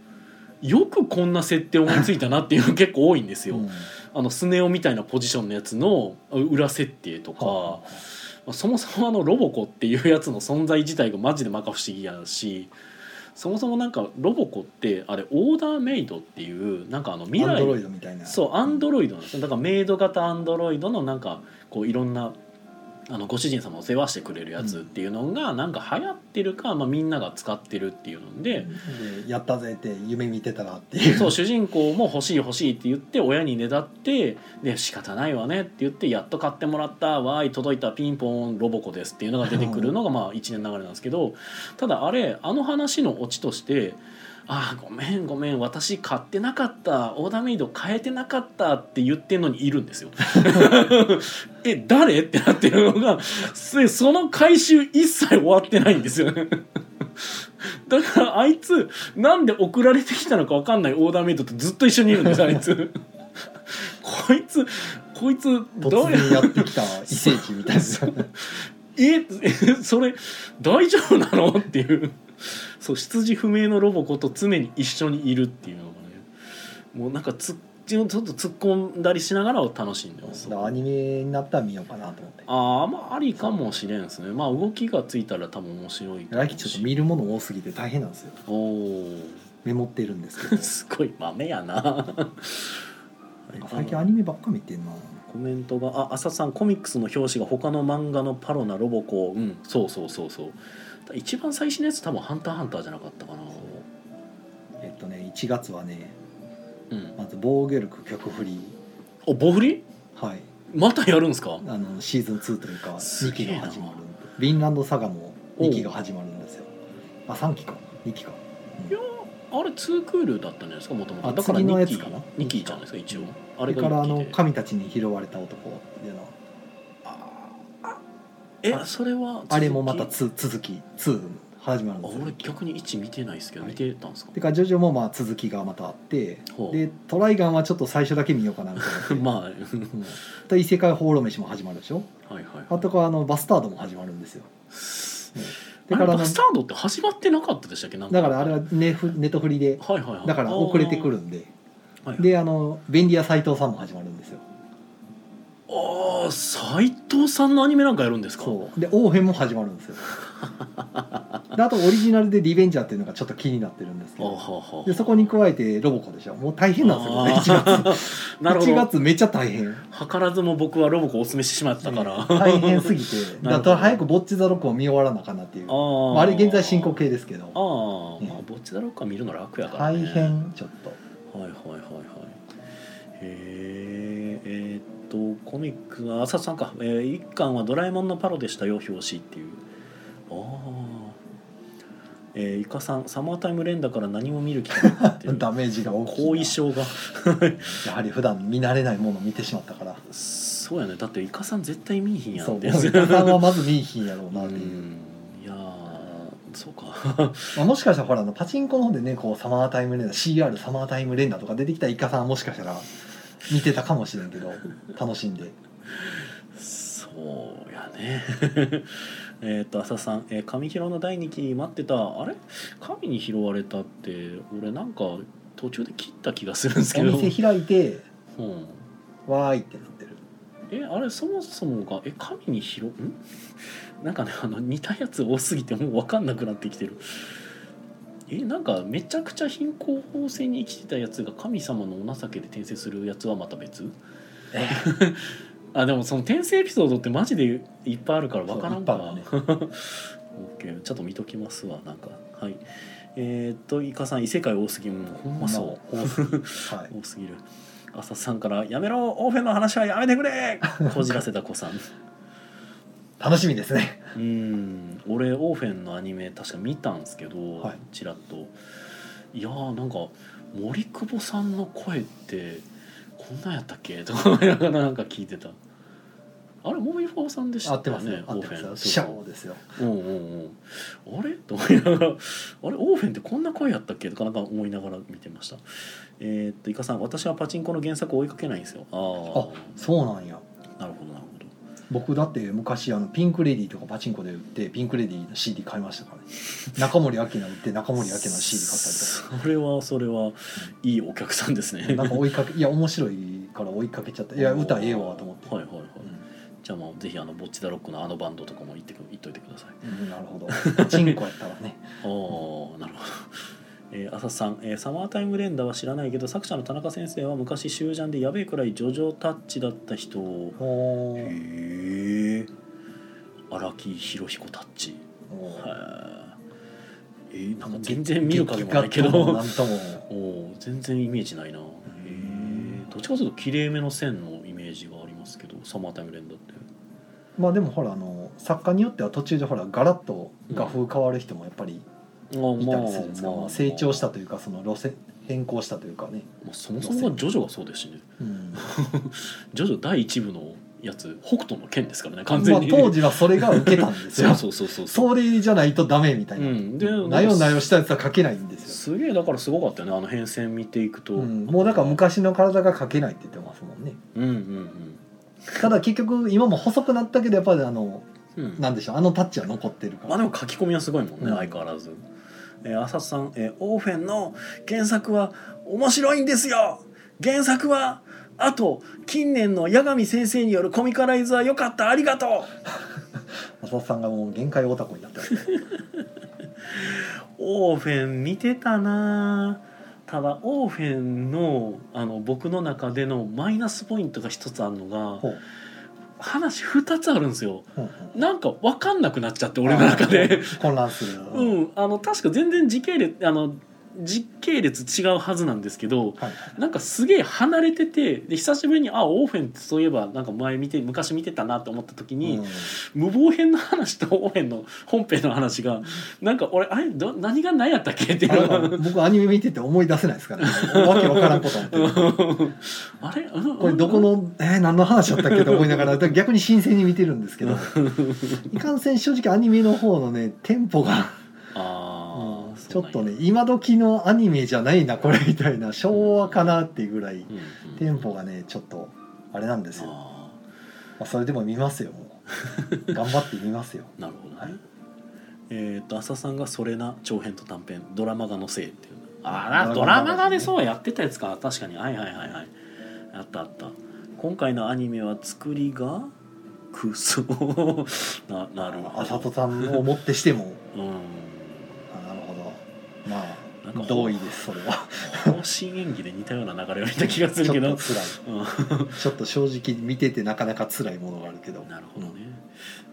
A: よくこんな設定思いついたなっていうの結構多いんですよ、
B: うん
A: あのスネ夫みたいなポジションのやつの裏設定とか、
B: は
A: まあそもそもあのロボコっていうやつの存在自体がマジで摩訶不思議やしそもそもなんかロボコってあれオーダーメイドっていうなんかあの未
B: あアンドロイ
A: 来
B: ドみたいな
A: そうアンドロイドなんですよだからメイド型アンドロイドのなんかこういろんなあのご主人様を世話してくれるやつっていうのがなんか流行ってるか、まあ、みんなが使ってるっていうので。
B: でやったぜって夢見てたらっていう
A: そう主人公も欲しい欲しいって言って親にねだってで仕方ないわねって言ってやっと買ってもらったわーい届いたピンポンロボコですっていうのが出てくるのがまあ一年流れなんですけどただあれあの話のオチとして「あーごめんごめん私買ってなかったオーダーメイド変えてなかった」って言ってんのにいるんですよ。え誰ってなってるのがそその回収一切終わってないんですよ *laughs* ね。だからあいつなんで送られてきたのかわかんないオーダーメイドとずっと一緒にいるんですあいつこいつこいつど
B: 突
A: うや
B: 然や *laughs* ってきた異星人みたいな
A: え *laughs* えそれ大丈夫なのっていうそう出自不明のロボコと常に一緒にいるっていうのがねもうなんかつちょっと突っ込んだりしながらを楽しんでます
B: アニメになったら見ようかなと思って
A: ああまあありかもしれんですねまあ動きがついたら多分面白いかも
B: 来期ちょっと見るもの多すぎて大変なんですよ
A: おおー *laughs*
B: メモってるんです *laughs* けど
A: すごい豆やな
B: 最近アニメばっか見てんな
A: コメントが「あ浅さんコミックスの表紙が他の漫画のパロなロボコ」うんそうそうそうそう一番最新のやつ多分「ハンターハンター」じゃなかったかな
B: えっとね1月はね
A: うん
B: まず「防御力曲振り
A: おボフリ」
B: はい
A: またやるんですか
B: あのシーズン2というか
A: す
B: 2
A: げ
B: 期
A: え
B: が
A: な
B: 始まるフィンランドサガも2期が始まるんですよあ3期か2期かうん
A: いやあれツークールだったんじゃないですかもともと
B: あ
A: だから
B: 次の
A: 2
B: や
A: 期
B: つかな
A: 二期じゃないですか一応あ
B: そ
A: れ
B: れ
A: が
B: からあの
A: 1期で
B: 神たちに拾われた男っていうの
A: えそれは続き
B: あれもまたつ続き2始まるん
A: あ
B: ですよ
A: 俺逆に1見てないですけど、
B: はい
A: 見てたんですか
B: てかジョジョもまあ続きがまたあって
A: ほう
B: でトライガンはちょっと最初だけ見ようかなみたい
A: *laughs*
B: な、
A: まあ *laughs* は
B: うんと異世界放浪飯も始まるでしょ
A: いはい
B: あとこうあのバスタードも始まるんですよ
A: あれ
B: だからあ
A: バ
B: の
A: スタードって始まってなかったでしたっけなん
B: だからあれはネフネットフリで
A: はいはいはい
B: だから遅れてくるんで
A: あーはいはい
B: であの便利屋斎藤さんも始まるんですよ
A: ああ斎藤さんのアニメなんかやるんですか
B: そうで王編も始まるんですよであとオリジナルで「リベンジャー」っていうのがちょっと気になってるんですけ
A: あは
B: ど
A: は
B: でそこに加えてロボコでしょもう大変なんですよね1月
A: あー *laughs* なるほど
B: 1月めっちゃ大変
A: 図らずも僕はロボコをおすすめしてしまったから、
B: うん
A: *laughs*
B: 大変すぎて
A: なるほど
B: だから早く「ボッチ・ザ・ロック」を見終わらなあかんなってい
A: あ
B: うあ,、
A: ー
B: まあ、あれ現在進行形ですけど
A: ああ、
B: うん
A: まあぼっちだろうか見るの楽やから、
B: 大
A: ね、
B: 変ちょっと
A: はいはいはいはいへええーっとコミックは浅田さんか、えー、1巻は「ドラえもんのパロでしたよ表紙」っていうああえー、イカさん「サマータイム連打から何も見る気がなくて
B: *laughs* ダメージが大きいな
A: 後遺症が
B: やはり普段見慣れないものを見てしまったから
A: そうやねだってイカさん絶対見いひんや
B: そ
A: ん
B: う
A: ってや
B: 大
A: つ
B: 阪さんはまず見いひんやろう
A: う
B: なっていう、
A: んいやーそうか *laughs*
B: まあ、もしかしたらほらあのパチンコの方でねこうサマータイム連打 CR サマータイム連打とか出てきたイカさんはもしかしたら見てたかもしれんけど楽しんで
A: そうやね *laughs* えーっと浅田さん「えー神拾うの第2期待ってたあれ神に拾われた」って俺なんか途中で切った気がするんです
B: お
A: けど、
B: 店開いて
A: うん、
B: わーいってな
A: *laughs*
B: ってる
A: えあれそもそもが「え神に拾う」ん *laughs* なんかねあの似たやつ多すぎてもう分かんなくなってきてるえなんかめちゃくちゃ貧困法制に生きてたやつが神様のお情けで転生するやつはまた別
B: え
A: あでもその転生エピソードってマジでいっぱいあるから分からんか
B: そういっ
A: *laughs* OK ちょっと見ときますわなんかはいえーっとイカさん異世界多すぎもうほんまそう
B: う多すぎるはい
A: *laughs* 多すぎる浅田さんから「やめろオーフェンの話はやめてく *laughs* れ!」こじらせた子さん
B: 楽しみですね
A: うーん俺オーフェンのアニメ確か見たんですけど、
B: はい
A: ちらっといやーなんか森久保さんの声ってこんなんやったっけ *laughs* とか思いながらなんか聞いてたあれモミファーさんでした
B: 合
A: よ
B: ってます
A: ね
B: ね
A: オ
B: 合
A: ー
B: っ
A: フ
B: てます
A: ェン
B: よシ
A: そ
B: ャ
A: う
B: オですよ
A: うんうんうん、あれ *laughs* と思いながらあれオーフェンってこんな声やったっけとかなんか思いながら見てましたえーっとイカさん私はパチンコの原作を追いかけないんですよあ
B: あそうなんや
A: あなるほどなるほど
B: 僕だって昔あのピンクレディーとかパチンコで売ってピンクレディーの CD 買いました
A: *laughs*
B: からね中森明菜売って中森明菜の CD 買った
A: それはそれはいいお客さんですね *laughs*
B: りとかなんか追いかけいや面白いから追いかけちゃったいや歌ええわと思って、
A: はいはいはい、
B: う
A: じゃあもうぜひあのボッチダロックのあのバンドとかも行ってく行っといてくださいあ
B: ん、なるほどパチンコやったら
A: *laughs*
B: ね
A: あーなるほど *laughs* えー、浅田さん、えーサマータイムレンダーは知らないけど作者の田中先生は昔終ジャンでやべえくらいジョジョタッチだった人を
B: おー
A: へえ荒木博彦タッチ
B: おー
A: はえー、なんか全然見る影もないけ
B: 劇画とも
A: ど
B: なんとも
A: おー全然イメージないなへえどっちかというと綺麗めの線のイメージがありますけどサマータイムレンダーって
B: まあでもほらあの作家によっては途中でほらガラッと画風変わる人もやっぱり
A: あー
B: いたりするんですけど、まあ、成長した
A: ま
B: というかその路線変更したというかね、
A: あそもそもがジョジョがそうですしね
B: うん、
A: ジョジョ第一部のやつ北斗の剣ですからね完全に、
B: まあ、当時はそれが受けたんです
A: *laughs*
B: よ
A: そうそうそうそう
B: それじゃないとダメみたいな、
A: うんで
B: なよなよしたやつは書けないんですよ、
A: すげえだからすごかったよねあの変遷見ていくと、
B: うん、もうだから昔の体が書けないって言ってますもんね
A: うんうん
B: ただ結局今も細くなったけどやっぱりあの
A: うんうん
B: なんでしょうあのタッチは残ってるか
A: まあ
B: ら
A: でも書き込みはすごいもんね、
B: うん
A: 相変わらず、えー、浅田さん、えーオーフェンの原作は面白いんですよ原作はあと近年の八神先生によるコミカライズは良かったありがとう
B: 浅田さんがもう限界オタクになってますね
A: オーフェン見てたなただオーフェンのあの僕の中でのマイナスポイントが一つあるのが *laughs*
B: ほう
A: 話二つあるんですよ
B: ほうほう
A: なんか分かんなくなっちゃって俺の中で
B: 混乱する、
A: う、ん、あの確か全然時系列あの時系列違うはずなんですけど
B: はい
A: なんかすげえ離れててで久しぶりにあオーフェンってそういえばなんか前見て昔見てたなと思った時に、
B: うん
A: 無謀編の話とオーフェンの本編の話がなんか俺あれど何が何やったっけってい
B: あれは
A: う。
B: 僕アニメ見てて思い出せないですから、ね、わけわからんことになってる
A: *laughs* あれ、うん
B: これどこの、えー何の話だったっけと思いながらだから逆に新鮮に見てるんです
A: *laughs*
B: けどいかんせん正直アニメの方のねテンポが、
A: あ
B: うん
A: ー
B: ちょっと、ね
A: そう
B: 今時のアニメじゃないなこれみたいな昭和かなっていうぐらい
A: なんやうんうん
B: テンポがねちょっとあれなんですよ、ま
A: あー
B: あ、それでも見ますよも
A: *laughs*
B: う頑張って見ますよ
A: なるほどね、
B: はい
A: えっと浅さんが「それな長編と短編ドラマがのせい」っていうあらド
B: ド
A: ラ
B: ラマが
A: マがで
B: ね
A: そうやってたやつか確かにはいはいはいはいあったあった今回のアニメは作りがクソななるほ
B: あさと
A: ど、
B: さんをもってしても
A: うん、
B: あなるほどま
A: なんか
B: あ
A: ほ
B: 同意ですそれは
A: 方針演技で似たような流れを見た気がす
B: ち
A: る
B: ょ
A: け
B: っ
A: ど
B: と辛い
A: うん
B: ちょっと正直見ててなかなか辛いものがあるけど
A: なるほどね。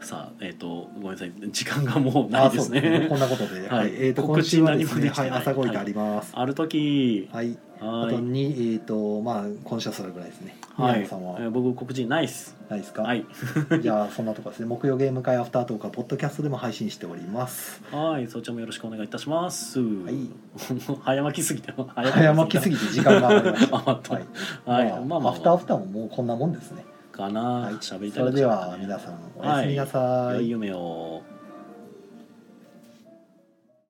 A: さあ、えっ、と、ごめんなさい、時間がもうないです
B: あそう
A: ね
B: こ。んなことで、
A: は
B: はいい、えっ、と、
A: 告
B: 今
A: 知
B: 週はです
A: 何もで
B: ね、
A: きて
B: は
A: ない
B: い、朝ごいでありま
A: *laughs*
B: す。
A: ある時、
B: はい、あ
A: は
B: と
A: い、
B: に、えっ、と、まあ、今週はそれぐらいですね。
A: は
B: 宮野
A: い
B: さん、
A: え
B: は
A: ー僕告知ないっす。
B: ないですか。
A: はい、
B: じゃあ、そんなとこですね、木曜ゲーム会アフタートークはポッドキャストでも配信しております。
A: はい、そちらもよろしくお願いいたします。
B: い
A: *laughs* 早まきすぎて、
B: 早まきす
A: ぎ
B: ぎて時間が余りました。
A: 余 *laughs* った
B: はい、
A: て。はい、まあまあ、
B: アフターアフターももうこんなもんですね。
A: かな、
B: はい
A: 喋りたい
B: それでは、
A: 皆
B: 皆
A: さ
B: さん、おやすみなさ
A: ん良
B: い
A: い夢を。